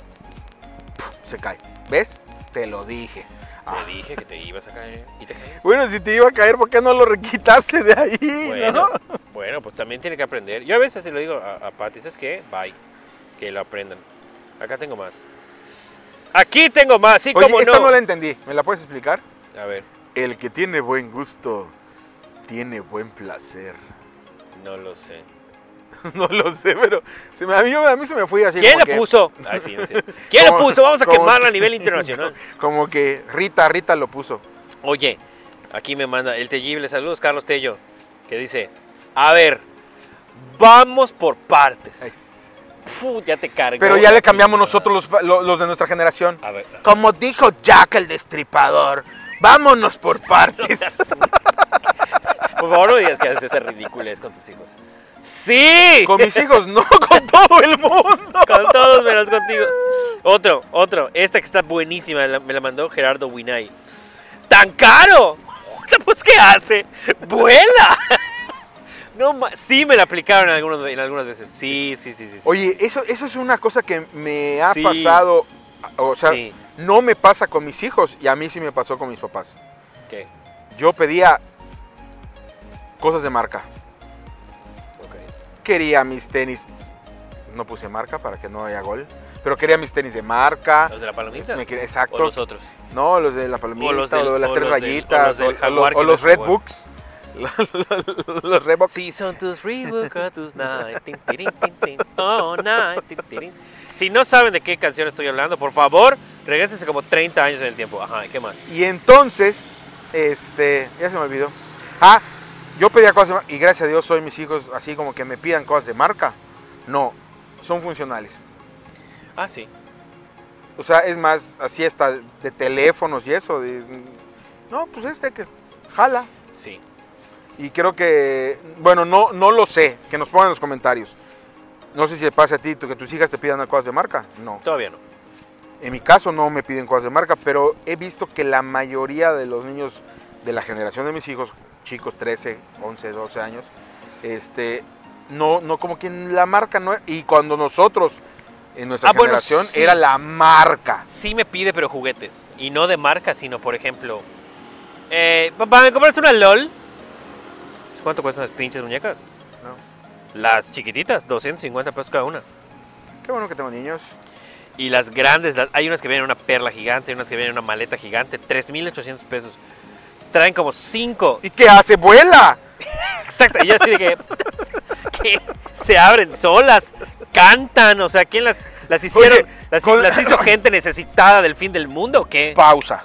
se cae. ¿Ves? Te lo dije. Ah.
Te dije que te ibas a caer y te caíste.
Bueno, si te iba a caer, ¿por qué no lo requitaste de ahí?
Bueno,
no?
bueno, Bueno, pues también tiene que aprender. Yo a veces se lo digo a, a Patty, ¿sabes qué? Bye. Que lo aprendan. Acá tengo más. Aquí tengo más, sí,
Oye,
como
esta no.
no.
la entendí. ¿Me la puedes explicar?
A ver,
El que tiene buen gusto tiene buen placer.
no lo sé.
[laughs] No lo sé, pero se me- a, mí, a mí se me fue así.
¿Quién
como
le
que-
puso? Ay, sí, no sé. ¿Quién le
Como-
puso? Vamos a
como-
quemarlo a nivel
[laughs]
internacional.
Como que Rita, Rita lo puso.
Oye, aquí me manda el Tellible. Saludos, Carlos Tello. Que dice: A ver, vamos por partes.
Ay.
Fu, ya te cargó.
Pero ya
la
le cambiamos
chingada.
nosotros los, fa- lo- los de nuestra generación.
A ver, [laughs]
Como dijo Jack el Destripador, vámonos por partes.
por favor, no digas que haces esa ridiculez con tus hijos. [laughs] ¡Sí!
Con mis hijos, no, [laughs] con todo el mundo.
Con todos menos contigo. Otro, otro. Esta que está buenísima la- me la mandó Gerardo Winay. ¡Tan caro! [laughs] Pues, ¿qué hace? ¡Vuela! [laughs] No, ma- sí me la aplicaron en, algunos- en algunas veces. Sí, sí, sí, sí. sí.
Oye, eso, eso es una cosa que me ha
Sí.
pasado. O sea,
Sí.
no me pasa con mis hijos y a mí sí me pasó con mis papás.
Ok,
Yo pedía cosas de marca.
ok.
Quería mis tenis. No puse marca para que no haya gol. Pero quería mis tenis de marca.
¿Los de la palomita?
Me quería-
O
exacto.
los otros.
No, los de la palomita,
O
o
los
los
del-
de las
o
tres
los del-
rayitas,
o los del
o- o los-
jaguar
o
que
los
no es
Red
jaguar.
[laughs] Books. Los, Red Books.
Si son tus Reebok o tus Nike. tin, tirin, tin, tin, oh, Nike, tin, tirin. Si no saben de qué canción estoy hablando, por favor, regresense como 30 años en el tiempo. Ajá, ¿y ¿qué más?
Y entonces, este, ya se me olvidó. Ah, yo pedía cosas de marca, y gracias a Dios hoy mis hijos así como que me pidan cosas de marca. No, son funcionales.
Ah, sí.
O sea, es más, así está de teléfonos y eso. de- no, pues este que jala.
Sí.
Y creo que, bueno, no, no lo sé, que nos pongan en los comentarios. No sé si le pasa a ti tú- que tus hijas te pidan cosas de marca. No.
Todavía no.
En mi caso no me piden cosas de marca, pero he visto que la mayoría de los niños de la generación de mis hijos, chicos 13, 11, 12 años, este, no, no como que la marca no y cuando nosotros en nuestra
Ah, bueno,
generación
sí.
era la marca.
Sí me pide, pero juguetes. Y no de marca, sino, por ejemplo, eh, papá, ¿me compras una LOL? ¿Cuánto cuestan las pinches muñecas?
No.
Las chiquititas, 250 pesos cada una.
Qué bueno que tengo niños.
Y las grandes, las- hay unas que vienen en una perla gigante, hay unas que vienen en una maleta gigante, 3.800 pesos. Traen como 5.
¿Y qué hace? Vuela.
[laughs] Exacto, y yo así de que, [laughs] que se abren solas, cantan, o sea, ¿quién las, las hicieron?
Oye,
las,
con-
las
[laughs]
hizo gente necesitada del fin del mundo o qué?
Pausa.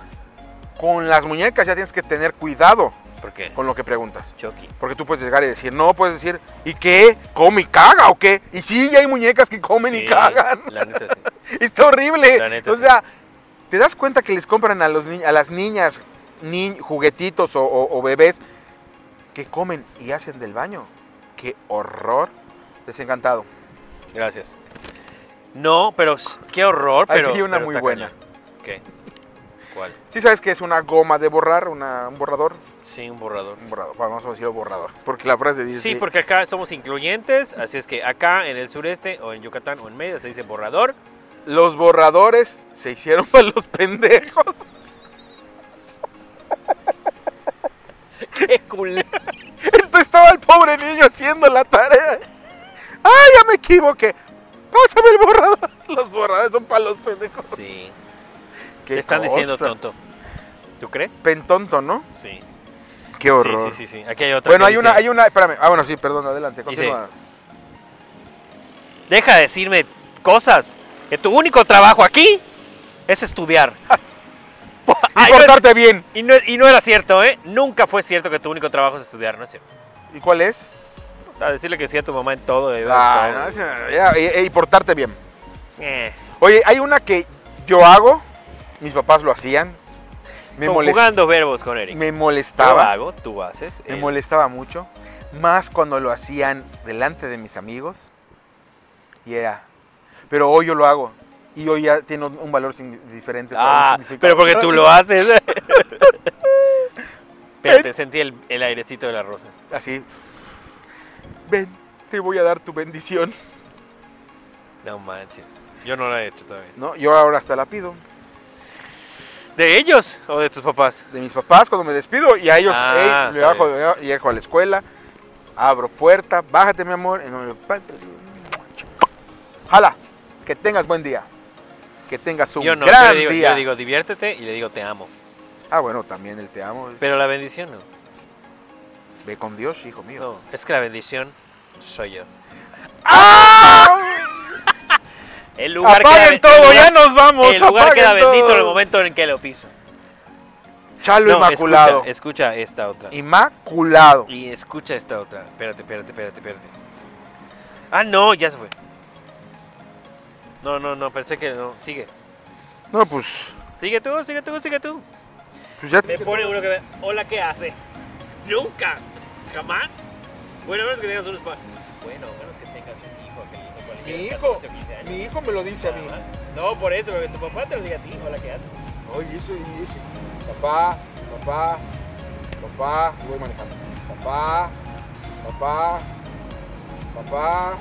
Con las muñecas ya tienes que tener cuidado
¿Por qué?
con lo que preguntas.
Chucky.
Porque tú puedes llegar y decir, no, puedes decir, ¿y qué? ¿Come y caga o qué? Y sí, ya hay muñecas que comen
Sí,
y cagan. [laughs]
La neta, sí.
Está horrible.
La neta,
o
sí.
sea, ¿te das cuenta que les compran a, los ni- a las niñas ni- juguetitos o, o- o bebés que comen y hacen del baño? ¡Qué horror! Desencantado.
Gracias. No, pero s- qué horror,
Aquí
pero.
hay una
pero
muy
está
buena.
cañón. ¿Qué? ¿Cuál?
¿Sí sabes que es una goma de borrar? Una, ¿Un borrador?
Sí, un borrador.
Un borrador. Bueno, vamos a decir borrador. Porque la frase dice...
Sí, porque acá somos incluyentes, así es que acá en el sureste o en Yucatán o en Mérida se dice borrador. [laughs]
Los borradores se hicieron [laughs] para los pendejos.
¡Qué culero!
Entonces [laughs] estaba el pobre niño haciendo la tarea. ¡Ah, ya me equivoqué! ¡Pásame el borrador! [laughs] Los borradores son para los pendejos.
Sí.
¿Qué
Te están diciendo
cosas?
tonto. ¿Tú crees?
Pentonto, ¿no?
Sí.
Qué horror.
Sí, sí, sí, sí. Aquí hay otra.
Bueno,
que
hay una,
dice,
hay una, espérame. Ah, bueno, sí, perdón, adelante, continúa.
Deja de decirme cosas. Que tu único trabajo aquí es
[laughs]
estudiar. [laughs] "Ah,
Y portarte bien.
Y no, y no era cierto, ¿eh? Nunca fue cierto que tu único trabajo es estudiar, ¿no es cierto?
¿Y cuál es?
A decirle que sí a tu mamá en todo. y
eh,
ayudar en
Ah,
todo.
no, esa- ya, y, y portarte bien.
Eh,
Oye, hay una que yo hago, mis papás lo hacían, me, molest-
conjugando verbos con Eric.
me
Yo
molestaba,
hago, tú haces.
me
eh.
él-
molestaba mucho, más cuando lo hacían delante de mis amigos, y era, pero hoy yo lo hago, y hoy ya tiene un un valor sin- diferente.
Ah,
un significado.
pero porque tú lo haces.
[laughs]
[laughs]
Espérate, sentí el, el airecito de la rosa.
Así, ven, te voy a dar tu bendición.
No manches. Yo no lo he hecho todavía.
No, yo ahora hasta la pido.
¿De ellos o de tus papás?
De mis papás cuando me despido y a ellos,
Ah,
"Ey, le
está
bajo, llego a la escuela. abro puerta, bájate mi amor. en nombre del Padre. Jala, que tengas buen día. Que tengas un
Yo no, yo
gran
le digo,
día.
yo digo diviértete y le digo te amo.
Ah, bueno, también el te amo.
Pero la bendición no.
Ve con Dios, hijo mío.
No, es que la bendición soy yo. El lugar
¡Ah! ¡Apaguen
queda- el
todo!
lugar-
¡Ya nos vamos!
El lugar
apaguen
queda bendito en el
todo.
momento en que lo piso.
Chalo
No,
Inmaculado.
Escucha, escucha esta otra.
Inmaculado.
Y escucha esta otra. Espérate, espérate, espérate, espérate. Ah, no, ya se fue. No, no, no, pensé que no. Sigue.
No, pues.
Sigue tú, sigue tú, sigue tú.
pues ya-
Me pone uno que me... Hola, ¿qué hace? Nunca. Jamás. Bueno, a menos que tengas un spa. Bueno, a menos que tengas un hijo. Que el hijo cuando tienes 14 o 15 años.
hijo me lo dice
nada más. No, por eso, porque tu papá te lo diga a ti. Hola, ¿qué hace?
Oye, eso dice. Papá, papá, papá. y Voy manejando. Papá, papá, papá.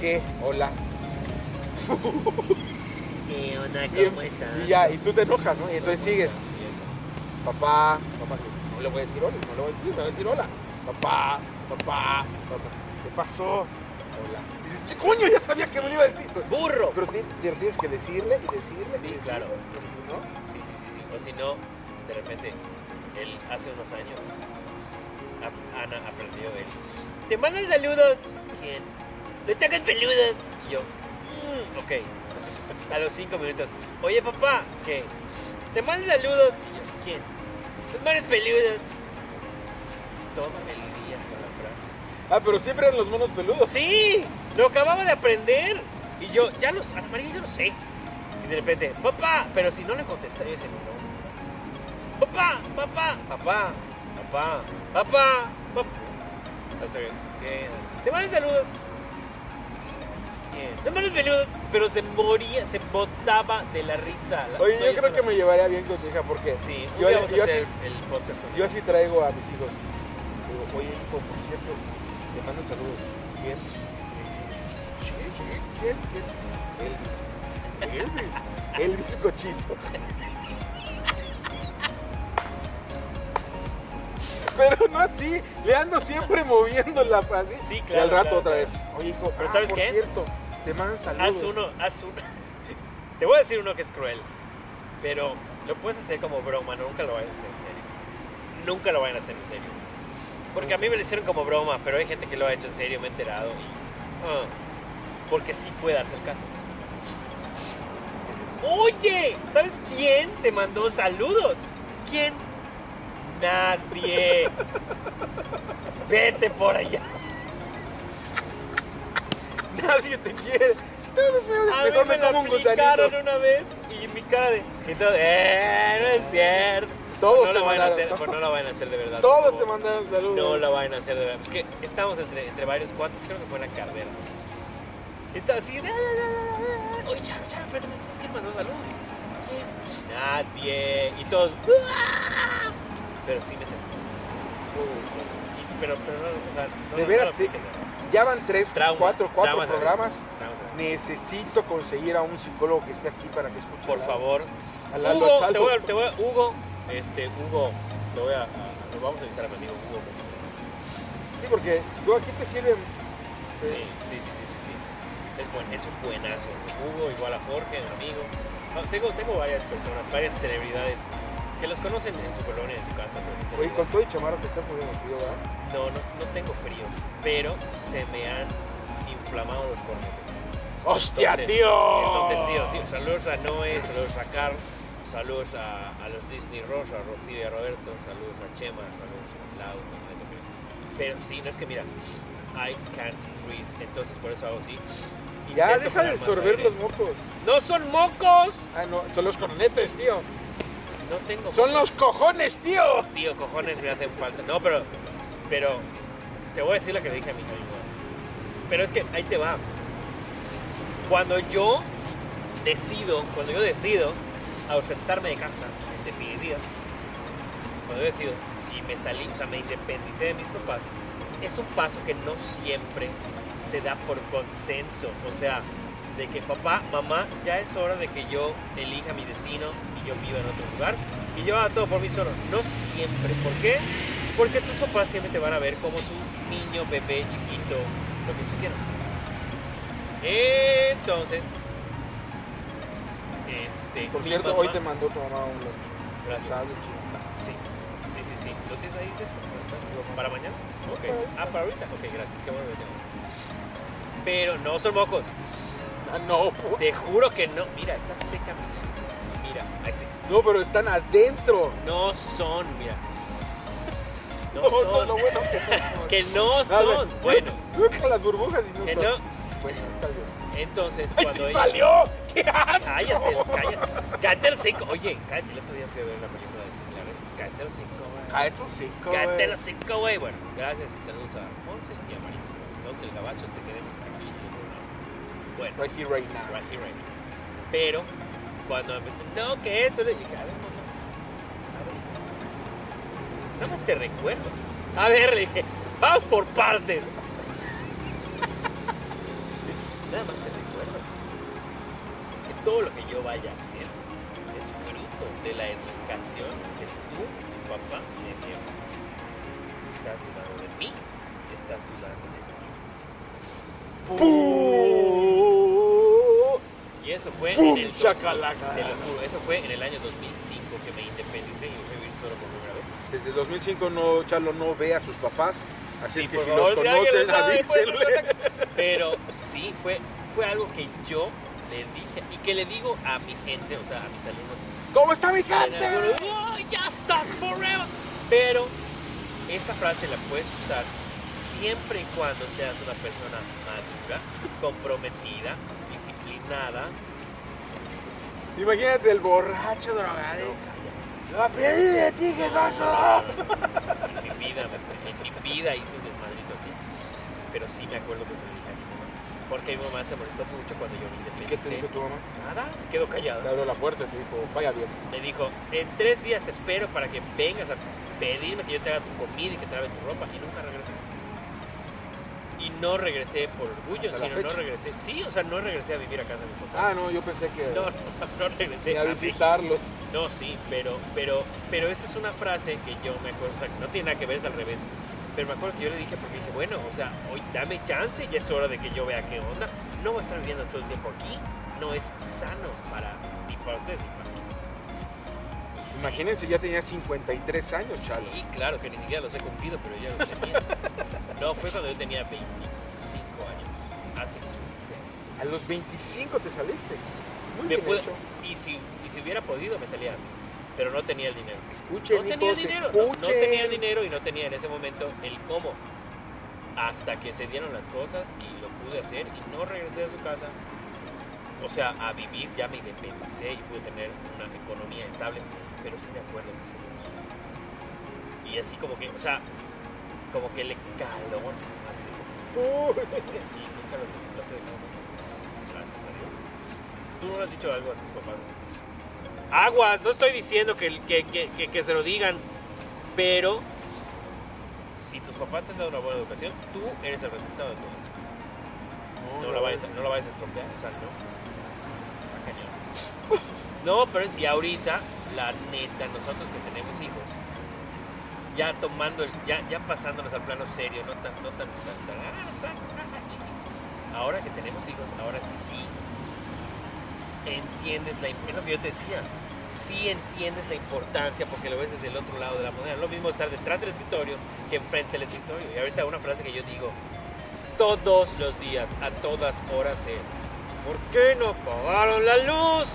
¿Qué? Hola.
¿Qué onda?
Y- Y ya, y tú te enojas, ¿no? Y entonces sigues. Papá, papá, no le voy a decir hola, no le voy a decir, me voy a decir hola. Papá, papá, papá. ¿Qué pasó? Hola. Y dices, "Ch- coño, ya sabía que me lo iba a decir.
¡Burro!
Pero, ti- pero tienes que decirle y decirle.
Sí,
y decirle,
claro.
y decirle, ¿no?
Sí, sí, sí, sí. O si no, de repente, él hace unos años, a- Ana aprendió él. Te mandan saludos. ¿Quién? Los tacos peludos. Y yo, "Mm, ok. A los cinco minutos, oye papá, ¿qué? Te mandan saludos. Y yo, ¿quién? Los manos peludos. Todo el día con la frase.
Ah, pero siempre eran los monos peludos.
Sí, lo acababa de aprender. Y yo, ya lo sé, María, yo lo sé. Y de repente, papá, pero si no le contestaba, yo decía, no. Papá, papá, papá, papá, papá, papá. Hasta que, ¿qué? Te mandan saludos. Bien. Te mandan saludos, pero se moría, se botaba de la risa. La-
Oye,
soy
yo
esa
creo que
la-
me llevaría bien con tu hija porque
Sí, un
yo,
día vamos a
yo
hacer
sí,
el podcast con
yo
ella.
sí traigo a mis hijos. Digo, oye, hijo, por cierto, te mando saludos. ¿Quién? Sí, sí, ¿Quién? ¿Quién? Elvis. Elvis. Elvis Cochito. Pero no así, le ando siempre moviendo la así.
Sí,
Y
claro,
al rato
claro,
otra
claro.
vez. Oye, hijo,
Pero
ah,
¿sabes
por
qué?
cierto, te mandan saludos.
Haz uno, haz uno. Te voy a decir uno que es cruel, pero lo puedes hacer como broma, nunca lo vayan a hacer en serio. Nunca lo vayan a hacer en serio. Porque a mí me lo hicieron como broma, pero hay gente que lo ha hecho en serio, me he enterado. Y, ah, porque sí puede darse el caso. Oye, ¿sabes quién te mandó saludos? ¿Quién? Nadie. Vete por allá.
Nadie te quiere. Todos me,
A mí
mejor
me
me como
la
un gusanito.
aplicaron una vez y mi cara de... Entonces, eh, no es cierto.
Todos te
no la van a
mandaron,
hacer,
¿no?
pues no la van a hacer de verdad. por
Todos
favor.
te mandaron saludos.
No la van a hacer de verdad. Es que estábamos entre, entre varios cuates, creo que fue en la carrera. Estaba así de... Oye, Charo, Charo, espérate, ¿sabes quién mandó saludos? ¿Quién? Nadie. Y todos... "Ah". Pero sí me sentí. Y- Pero, pero no, o sea... no-
De
no-
veras,
no lo
te-
apliques, ¿no?
Ya van tres,
Traumas,
cuatro, cuatro
traumas,
programas.
Traumas, traumas.
Necesito conseguir a un psicólogo que esté aquí para que escuche.
Por
la-
favor,
a Lalo
Hugo,
Chalco.
te voy a, te voy a- Hugo, este, Hugo, te voy a, a- lo vamos a invitar a mi amigo Hugo. que sí-
Sí, porque tú aquí te sirven.
Sí, sí, sí, sí, sí, sí. Es, buen- es un buenazo. Hugo, igual a Jorge, un amigo. No, tengo, tengo varias personas, varias celebridades que los conocen en su colonia, en su casa. pero son
Oye,
celebridades.
con todo y chamarro te estás poniendo frío, ¿verdad?
No, no, no tengo frío, pero se me han inflamado los cornetes.
¡Hostia,
Entonces- Entonces, tío, tío, saludos a Noé, saludos a Carl, saludos a, a los Disney Ross, a Rocío y a Roberto, saludos a Chema, saludos a Lau, no me toque. Pero sí, no es que mira, I can't breathe, entonces por eso hago así.
Ya, deja
Intento
de
jalar más
sorber
aire.
los mocos.
¡No son mocos!
Ah, no, son los cornetes, tío.
No tengo
Son los
mocos.
cojones, tío.
Tío, cojones me hacen falta. No, pero, pero, te voy a decir lo que le dije a mi amigo. Pero es que ahí te va. Cuando yo decido, cuando yo decido ausentarme de casa, en definitiva, cuando yo decido y me salí, o sea, me independicé de mis papás, es un paso que no siempre se da por consenso. O sea, de que papá, mamá, ya es hora de que yo elija ah, mi destino y yo viva en otro lugar y yo haga todo por mí solo. No siempre. ¿Por qué? Porque tus papás siempre te van a ver como su niño, bebé, chiquito, lo que tú quieras. Entonces, este.
Por
mi
cierto,
mamá-
hoy te mandó tu mamá un lunch.
Gracias.
Sabe chido.
Sí, sí, sí, sí. ¿Lo tienes ahí? Jeff? ¿Para mañana? Ok. Ah, para ahorita. Ok, gracias. Qué bueno que tengo. Pero no son mocos.
Ah, no, po-
Te juro que no. Mira, está seca. Mira, ahí sí.
no, pero están adentro.
No son, mira. No,
No,
son.
no, lo bueno que no son.
Que no
A ver,
son. Bueno,
Creo que las burbujas y no
que
son.
no.
Bueno, está bien.
Entonces,
¡Ay,
cuando
sí
ella-
salió! ¡Qué asco!
Cállate, cállate. Cállate el cinco. Oye, cállate. El otro día fui a ver una película de similares. Cállate el cinco, güey.
Cállate un cinco, güey.
Cállate los cinco, güey. Bueno, gracias y saludos a Monse y a Marisa. Entonces, el gabacho, te queremos aquí. Bueno,
Right here, right now.
right here, right now. Pero, cuando empecé, no, que eso, le dije, a ver, mamá. A ver. Nada más te recuerdo. A ver, le dije, vamos por partes. [laughs] Nada más te recuerdo que todo lo que yo vaya a hacer es fruto de la educación que tú, tu papá, me dio. Estás dudando de mí, estás dudando de ti. ¡Pum! Y eso fue
¡Pum!
en el dos-
Chacalaca.
te lo juro, eso fue en el año 2005 que me independicé y fui a vivir solo por primera vez.
Desde 2005 no, Chalo no ve a sus papás. Así
Sí,
es que
por
si
favor,
los
si alguien
conocen,
lo sabe, pues,
avísenle.
Pero sí, fue, fue algo que yo le dije y que le digo a mi gente, o sea, a mis alumnos.
¿Cómo está mi
en
gente?
algún- ¡Oh, ¡Ya estás forever! Pero esa frase la puedes usar siempre y cuando seas una persona madura, comprometida, disciplinada.
Imagínate el borracho drogadicto. Aprendí de ti, ¿qué pasó?
En mi vida, me- en mi vida hice un desmadrito así. Pero sí me acuerdo que se lo dije a mi mamá. Porque mi mamá se molestó mucho cuando yo me
¿Qué te
independicé.
dijo tu mamá?
Nada, se quedó
Te
callada.
abrió la puerta y te dijo, vaya bien.
Me dijo, en tres días te espero para que vengas a pedirme que yo te haga tu comida y que te lave tu ropa. Y nunca regresé. Y no regresé por orgullo,
Hasta la
sino no
fecha.
regresé. Sí, o sea, no regresé a vivir a casa de mi papá.
Ah, no, yo pensé que
[laughs] No, no, no regresé
venía
a
a visitarlos.
México. No, sí, pero, pero, pero esa es una frase que yo me acuerdo, o sea, que no tiene nada que ver, es al revés. Pero me acuerdo que yo le dije, porque dije, bueno, o sea, hoy dame chance, ya es hora de que yo vea qué onda. No voy a estar viviendo todo el tiempo aquí. No es sano para ni para ustedes ni para mí. Y sí,
Imagínense, ya tenía 53 años, Chalo.
Sí, claro, que ni siquiera los he cumplido, pero ya los tenía. no, fue cuando yo tenía 25 años, hace 15 años.
A los 25 te saliste. Muy
Me
bien
puedo-
Ah, hecho.
Y si, y si hubiera podido, me salía antes, pero no tenía el dinero.
Escuchen,
no tenía
hijos,
dinero, no,
escuchen.
no tenía el dinero y no tenía en ese momento el cómo. Hasta que se dieron las cosas y lo pude hacer y no regresé a su casa. O sea, a vivir ya me independicé y pude tener una economía estable, pero sí me acuerdo que se lo dije. Y así como que, o sea, como que le caló así de
Uy,
y nunca los, los he dejado morir. Gracias a Dios. ¿Tú no le has dicho algo a tus papás? Aguas, no estoy diciendo que, que, que, que, que se lo digan, pero si tus papás te han dado una buena educación, tú eres el resultado de todo eso. No, la, vayas, a- no la vayas a estropear, o sea, no. Está cañón. No, pero es- y ahorita, la neta, nosotros que tenemos hijos, ya tomando, el, ya, ya pasándonos al plano serio, no tan, no tan, tan, tan, ah, está, ah, ah. ahora que tenemos hijos, ahora sí entiendes la, im- es lo que yo te decía, sí entiendes la importancia porque lo ves desde el otro lado de la moneda. Lo mismo estar detrás del escritorio que enfrente del escritorio. Y ahorita una frase que yo digo todos los días, a todas horas es, ¿por qué no pagaron la luz?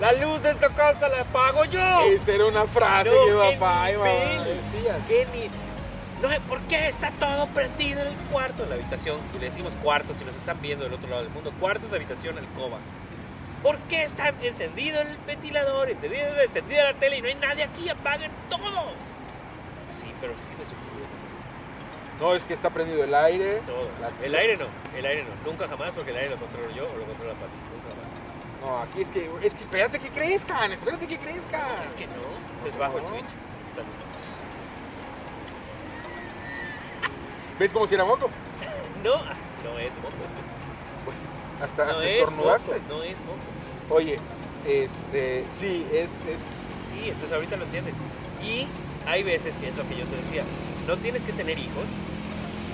La luz de esta casa la pago yo.
Esa era una frase
No,
que
qué
papá y mamá
nivel.
decían.
¿Qué ni- No sé por qué está todo prendido en el cuarto, en la habitación. Le decimos cuarto si nos están viendo del otro lado del mundo. Cuartos, habitación, alcoba. ¿Por qué está encendido el ventilador, encendido, encendida la tele y no hay nadie aquí? ¡Apaguen todo! Sí, pero sí me sufrió
No, es que está prendido el aire.
todo.
La-
El aire no, el aire no. Nunca jamás porque el aire lo controlo yo o lo controla Pati. Nunca jamás.
No, aquí es que, es que espérate que crezcan, espérate Ah, que crezcan.
Es que no, les bajo el
No.
switch.
¿Ves cómo si era moco?
No, ah, no es moco.
Hasta,
no
hasta
es
estornudaste.
moco, no es moco.
Oye, este, sí, es, es
Sí, entonces ahorita lo entiendes. Y hay veces, y es lo que yo te decía, no tienes que tener hijos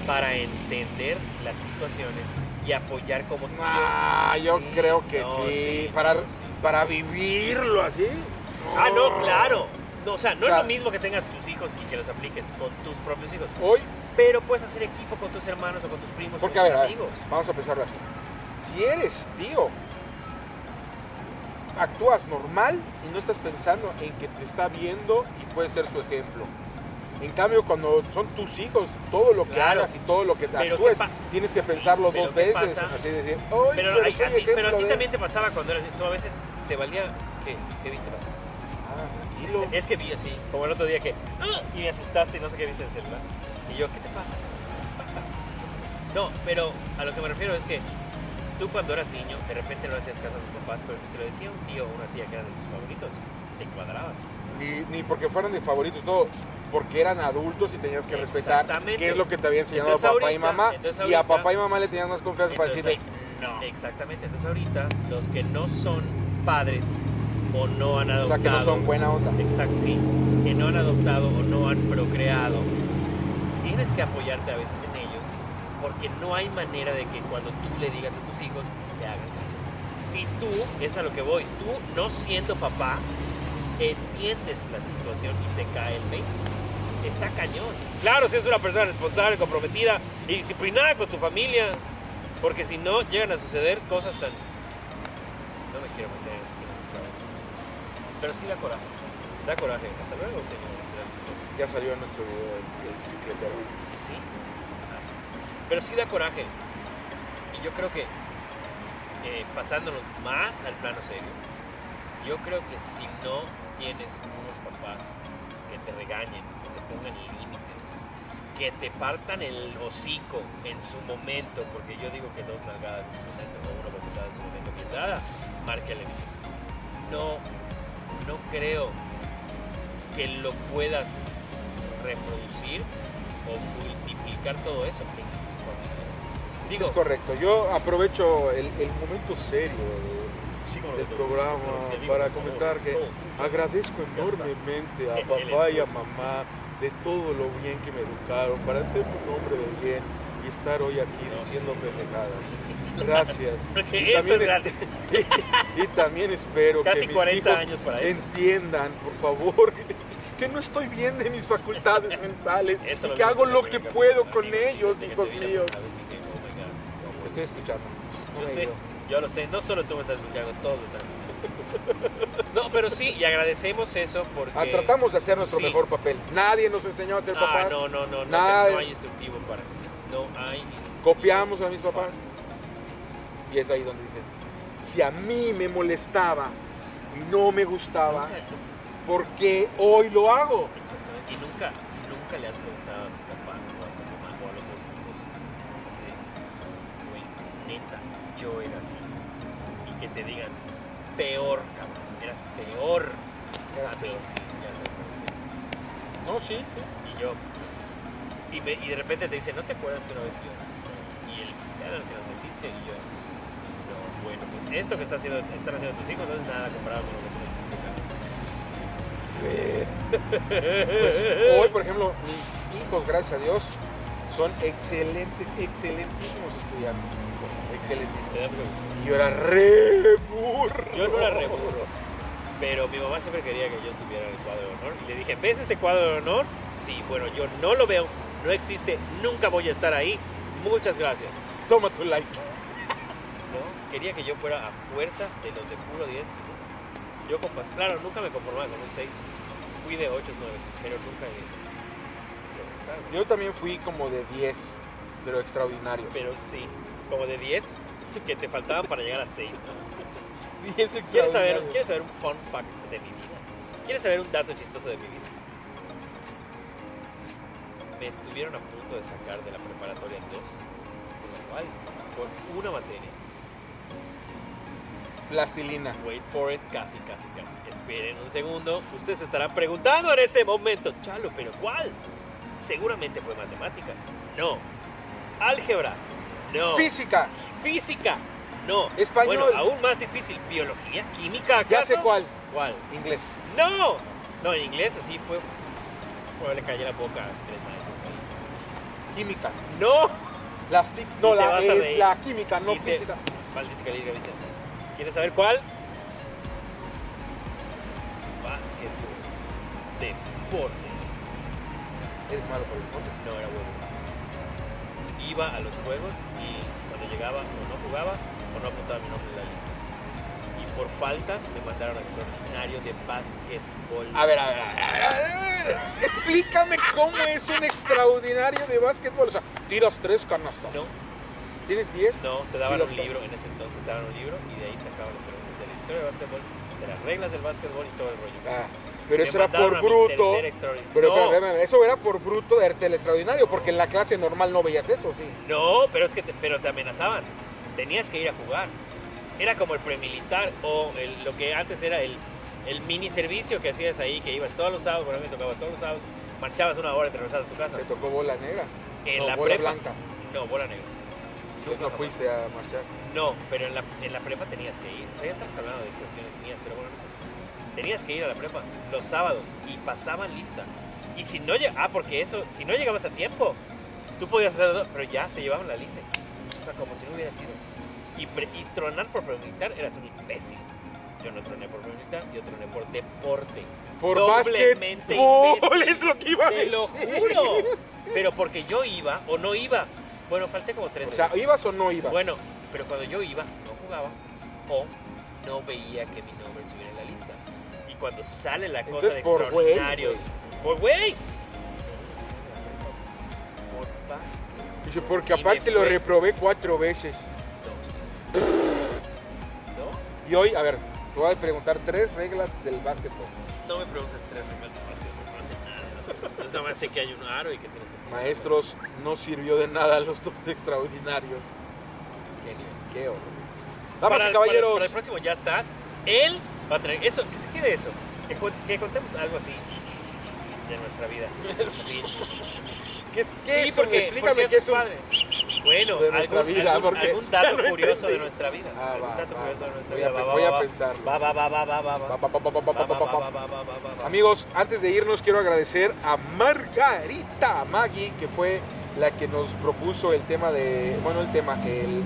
para entender las situaciones y apoyar como tío.
Ah, yo
Sí,
creo que
no,
sí.
sí,
Para,
no, sí.
para vivirlo así.
Ah, no, claro. No, o sea, no
O sea,
es lo mismo que tengas tus hijos y que los apliques con tus propios hijos,
Hoy,
pero puedes hacer equipo con tus hermanos o con tus primos
porque
o
a
con
ver,
tus
a ver,
amigos.
vamos a pensarlo así. Si eres tío, actúas normal y no estás pensando en que te está viendo y puede ser su ejemplo. En cambio, cuando son tus hijos, todo lo que
Claro.
hagas y todo lo que
Pero
actúes,
¿qué pa-
tienes que
Sí,
pensarlo
pero
dos
¿qué
veces.
pasa?
Así decir, "Ay,
Pero,
pero
a, a
soy
ti, pero a
ejemplo
ti
de-".
también te pasaba cuando eras. Tú a veces te valía. ¿Qué? ¿Qué viste pasar?
Ah, tranquilo.
Es que vi así, como el otro día que. "Ah", Y me asustaste y no sé qué viste en el celular. Y yo, ¿qué te pasa? ¿Qué te pasa? No, pero a lo que me refiero es que tú cuando eras niño, de repente no hacías caso a tus papás, pero si te lo decía un tío o una tía que eran de tus favoritos, te cuadrabas.
ni, ni porque fueran de favoritos, todo, porque eran adultos y tenías que respetar
Exactamente.
qué es lo que te había enseñado
Entonces,
a papá y
ahorita-
mamá.
entonces,
Y a
ahorita-
papá y mamá le tenías más confianza
Entonces,
para decirle,
no. Exactamente, entonces ahorita los que no son padres o no han
o
adoptado.
sea, que no son buena onda.
Exacto, sí. Que no han adoptado o no han procreado. Tienes que apoyarte a veces en ellos porque no hay manera de que cuando tú le digas a tus hijos te hagan caso. Y tú, es a lo que voy, tú no siendo papá, entiendes la situación y te cae el 20. Está cañón. Claro, si es una persona responsable, comprometida y disciplinada con tu familia. Porque si no, llegan a suceder cosas tan... No me quiero meter en estos temas, cabrón. Pero sí da coraje. Da coraje. Hasta luego, señor. Gracias.
Ya salió en nuestro video el, el bicicletero.
Sí. Ah, sí. Pero sí da coraje. Y yo creo que, eh, pasándonos más al plano serio, yo creo que si no tienes unos papás que te regañen, que te pongan límites, que te partan el hocico en su momento, porque yo digo que dos nalgadas en su momento, o una bofetada en su momento, bien dada, marca límites. No, no creo que lo puedas reproducir o multiplicar todo eso. en tu familia. Digo,
Es correcto, yo aprovecho el, el momento serio
sí, como
del
lo que tú-
programa
como decía, digo,
para
por favor,
comentar que
es todo tuyo.
agradezco
Ya estás.
enormemente
El-
a
el
papá y a
esfuerzo.
mamá de todo lo bien que me educaron para ser un hombre de bien y estar hoy aquí
No,
diciendo pendejadas.
Sí.
Gracias.
[laughs] Porque
Y
esto es
también es-
gratis.
[laughs] Y también espero
Casi
que mis
40
hijos
años para esto.
entiendan, por favor, [laughs] que no estoy bien de mis facultades mentales
Eso
y
lo
que
vimos
hago
en
lo
el
que
primer
puedo
capítulo,
con
amigos,
ellos,
fíjate que
hijos
te vi la
míos.
primera vez y dije, "Oh my God, ¿cómo es
Te estoy escuchando. No
Yo
me
sé,
digo.
yo lo sé, no solo tú me estás escuchando, todos me están escuchando. No, pero sí, y agradecemos eso porque...
Ah, tratamos de hacer nuestro
Eh, Sí.
mejor papel. Nadie nos enseñó a ser
Ah,
papás.
no, no, no, no,
Nada
no
de-
hay instructivo para... No hay... instructivo.
Copiamos a mis papás. Y es ahí donde dices, si a mí me molestaba, no me gustaba,
Nunca, nunca,
¿por qué hoy lo hago?
exactamente, y nunca, nunca le has preguntado a tu papá o a tu mamá o a los dos juntos, así de, güey, neta, yo era así. Y que te digan, peor, cabrón, eras peor.
Eras
a mí
peor.
sí, ya no preguntes.
No, sí, sí.
Y yo. Y, me- y de repente te dice, ¿no te acuerdas que una vez yo? Y él, claro, que nos metiste. Y yo, no, bueno, pues esto que está haciendo, están haciendo tus hijos no es nada comparado con lo que tú hiciste". Eh,
Pues, hoy, por ejemplo, mis hijos, gracias a Dios, son excelentes, excelentísimos estudiantes. Excelentísimos.
Me da mucho gusto.
Y yo era re burro.
Yo no la reburro. Pero mi mamá siempre quería que yo estuviera en el cuadro de honor. Y le dije, ¿ves ese cuadro de honor? Sí, bueno, yo no lo veo, no existe, nunca voy a estar ahí. Muchas gracias.
Toma tu like.
No, quería que yo fuera a fuerza de los de puro 10. y no. Yo, compa- claro, nunca me conformaba con un 6. Fui de 8, 9, pero nunca de 10. Se me está, güey.
Yo también fui como de 10, pero extraordinario. [laughs]
Pero sí, como de 10 que te faltaban para llegar a 6. ¿no?
10
¿Quieres, saber,
extraordinarios.
¿Quieres saber un fun fact de mi vida? ¿Quieres saber un dato chistoso de mi vida? Me estuvieron a punto de sacar de la preparatoria 2, lo cual, con una materia,
Plastilina.
Wait for it, casi, casi, casi. Esperen un segundo. Ustedes se estarán preguntando en este momento, Chalo, ¿pero cuál? Seguramente fue matemáticas. No. Álgebra. No.
Física.
Física. No.
Español.
Bueno, aún más difícil. Biología, química,
Ya
¿acaso?
sé cuál.
¿Cuál?
Inglés.
No. No, en inglés así fue. probable que cayera boca. tres maestros.
Química.
¡No!
La fi-
Y
no,
te
la,
vas a
es
reír.
la química, no
Y te-
física.
Maldita caliga, Vicente. ¿Quieres saber cuál? Básquetbol. Deportes.
Eres malo por el deporte.
No era huevo. Iba a los juegos y cuando llegaba o no jugaba o no apuntaba mi nombre en la lista. Y por faltas me mandaron a extraordinario de básquetbol.
A ver, a ver, a ver, a ver, a ver. Explícame cómo es un extraordinario de básquetbol. O sea, tiras tres canastas.
No,
¿Tienes diez?
no, te daban
Y los
un
to-
libro, en ese entonces te daban un libro y de ahí sacaban las preguntas de la historia del básquetbol, de las reglas del básquetbol y todo el rollo.
Ah, pero
Me
eso era
mandaron
por
a mi
bruto.
tercer extraordinario.
Pero,
no,
pero, pero, pero, eso era por bruto del del extraordinario, porque en la clase normal no veías eso, sí.
No, pero es que te, pero te amenazaban. Tenías que ir a jugar. Era como el premilitar o el- lo que antes era el, el mini servicio que hacías ahí, que ibas todos los sábados, bueno, a mí me tocaba todos los sábados, marchabas una hora y te regresabas a tu casa.
Te tocó bola negra.
En
Eh, no,
la
bola
prepa.
blanca.
No, bola negra.
Pues no
jamás.
fuiste a marchar.
No, pero en la, en la prepa tenías que ir. O sea, ya estamos hablando de cuestiones mías, pero bueno. Tenías que ir a la prepa los sábados y pasaban lista. Y si no llegabas, ah, porque eso, si no llegabas a tiempo, tú podías hacer dos, pero ya se llevaban la lista. O sea, como si no hubiera sido. Y, pre- y tronar por premilitar eras un imbécil. Yo no troné por premilitar, yo troné por deporte.
Por
Doblemente
básquetbol [laughs]
imbécil.
es lo que iba a
Te
decir.
lo juro. Pero porque yo iba o no iba. Bueno, falté como tres
O sea,
veces.
¿ibas o no ibas?
Bueno, pero cuando yo iba, no jugaba o no veía que mi nombre estuviera en la lista. Y cuando sale la cosa
Entonces,
de
por güey,
extraordinarios, por güey, por paz,
Dice, porque
Y me
aparte lo
fue.
reprobé cuatro veces.
dos, dos,
Y hoy, a ver, te voy a preguntar tres reglas del básquetbol.
no me preguntes tres reglas de básquetbol, no sé nada, no sé, pues nada más sé que hay un aro y que tienes que tirar.
Maestros, no sirvió de nada los tops extraordinarios.
Qué nivel.
Qué horror. Damas
Para-
y caballeros,
Para, para el próximo ya estás. Él va a traer. Eso, ¿Qué se quiere eso? Que, cu- que contemos algo así de nuestra vida. Así.
¿qué es, qué es
sí,
eso?
porque,
Explícame
porque eso
qué
es
es un...
padre. Bueno,
de nuestra
algún,
vida,
algún-
porque
algún
ya
dato
lo
curioso de
entendí.
nuestra vida.
Ah,
algún
va,
dato
va,
curioso de
va.
nuestra
Voy a
vida. Va, va,
pe- voy
va,
a
va.
pensarlo.
Va, va, va, va, va, va,
Pa,
va.
pa, pa, pa, pa, pa,
Va,
pa,
va,
pa,
va, va,
pa, pa.
va, va, va, va.
Amigos, antes de irnos quiero agradecer a Margarita Maggi, que fue la que nos propuso el tema de, bueno, el tema, el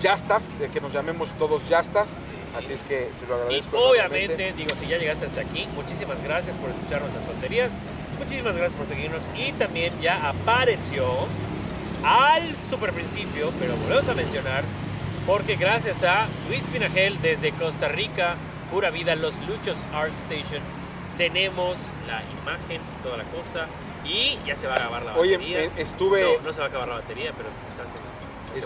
Yastas, de que nos llamemos todos Yastas. Así es que se lo
Y
agradezco. enormemente.
obviamente, digo, si ya llegaste hasta aquí, muchísimas gracias por escuchar nuestras tonterías, muchísimas gracias por seguirnos y también ya apareció al super principio, pero volvemos a mencionar, porque gracias a Luis Pinagel desde Costa Rica, Pura Vida, Los Luchos Art Station, tenemos la imagen, toda la cosa, y ya se va a acabar la
Oye,
batería.
eh, estuve...
No, no se va a acabar la batería, pero está haciendo eso. No sé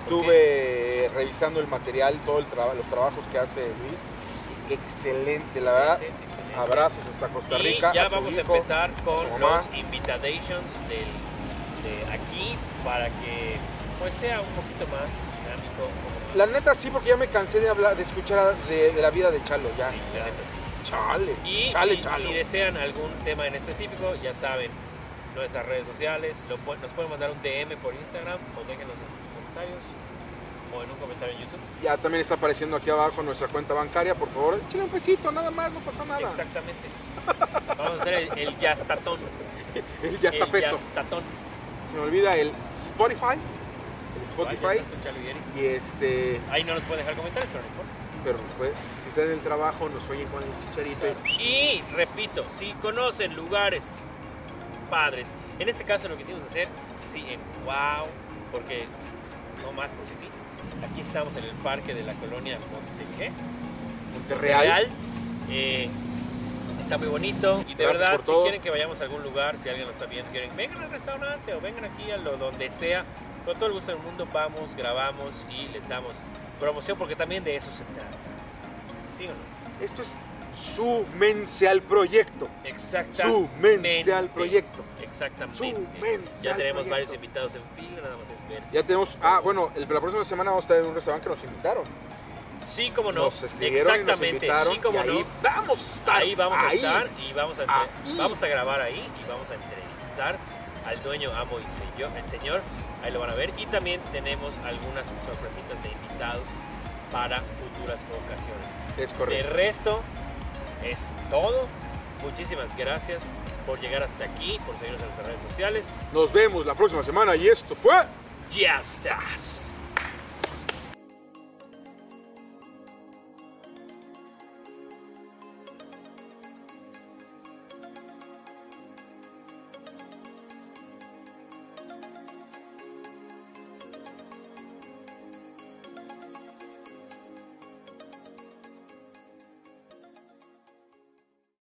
por qué.
Estuve revisando el material, todo el traba- los trabajos que hace Luis. Excelente, la verdad.
Excelente, excelente.
Abrazos hasta Costa
Y
Rica.
ya
su
vamos a
hijo,
empezar con
su mamá.
los invitations del, de aquí para que pues sea un poquito más dinámico. un poco más-
La neta sí, porque ya me cansé de hablar, de escuchar de, de la vida de Chalo. Ya.
Sí, la neta sí.
Chale.
Y
chale,
si,
Chalo.
si desean algún tema en específico, ya saben, nuestras redes sociales, lo pu- nos pueden mandar un DM por Instagram o déjenos en sus comentarios o en un comentario en YouTube.
Ya también está apareciendo aquí abajo nuestra cuenta bancaria, por favor. Échale un pesito, nada más, no pasa nada.
Exactamente. Vamos a hacer el, el yastatón.
El ya está
el
peso.
yastatón.
Se me olvida el Spotify. El
Vaya,
Spotify.
está escuchando, Yeri.
Y este.
Ahí no nos pueden dejar comentarios, pero no importa.
Pero pues, si están en el trabajo, nos oyen con el chicharito. y-
Y repito, si conocen lugares padres, en este caso lo que hicimos hacer, sí, en wow, porque no más porque sí. Aquí estamos en el parque de la colonia Monte, ¿qué?
Monterreal.
Eh, está muy bonito y de
Gracias
verdad
por
si
todo.
quieren que vayamos a algún lugar, si alguien nos está viendo, quieren vengan al restaurante o vengan aquí a lo donde sea, con todo el gusto del mundo vamos, grabamos y les damos promoción porque también de eso se trata. ¿Sí o no?
Esto es súmense al proyecto.
Exactamente.
Súmense al proyecto.
Exactamente.
Súmense
Ya
al
tenemos
proyecto.
varios invitados en fila, nada más es ver.
Ya tenemos. Ah, bueno, el- la próxima semana vamos a estar en un restaurante que nos invitaron.
Sí, como no.
Nos escribieron y nos
Exactamente.
invitaron.
sí, como
y ahí
no.
vamos a estar.
Ahí vamos
ahí.
a estar y vamos a, entre-
Ahí.
vamos a grabar ahí y vamos a entrevistar al dueño, amo y señor, el señor. Ahí lo van a ver. Y también tenemos algunas sorpresitas de invitados para futuras ocasiones.
Es
De
correcto.
resto, es todo. Muchísimas gracias por llegar hasta aquí, por seguirnos en nuestras redes sociales.
Nos vemos la próxima semana y esto fue...
¡Ya estás!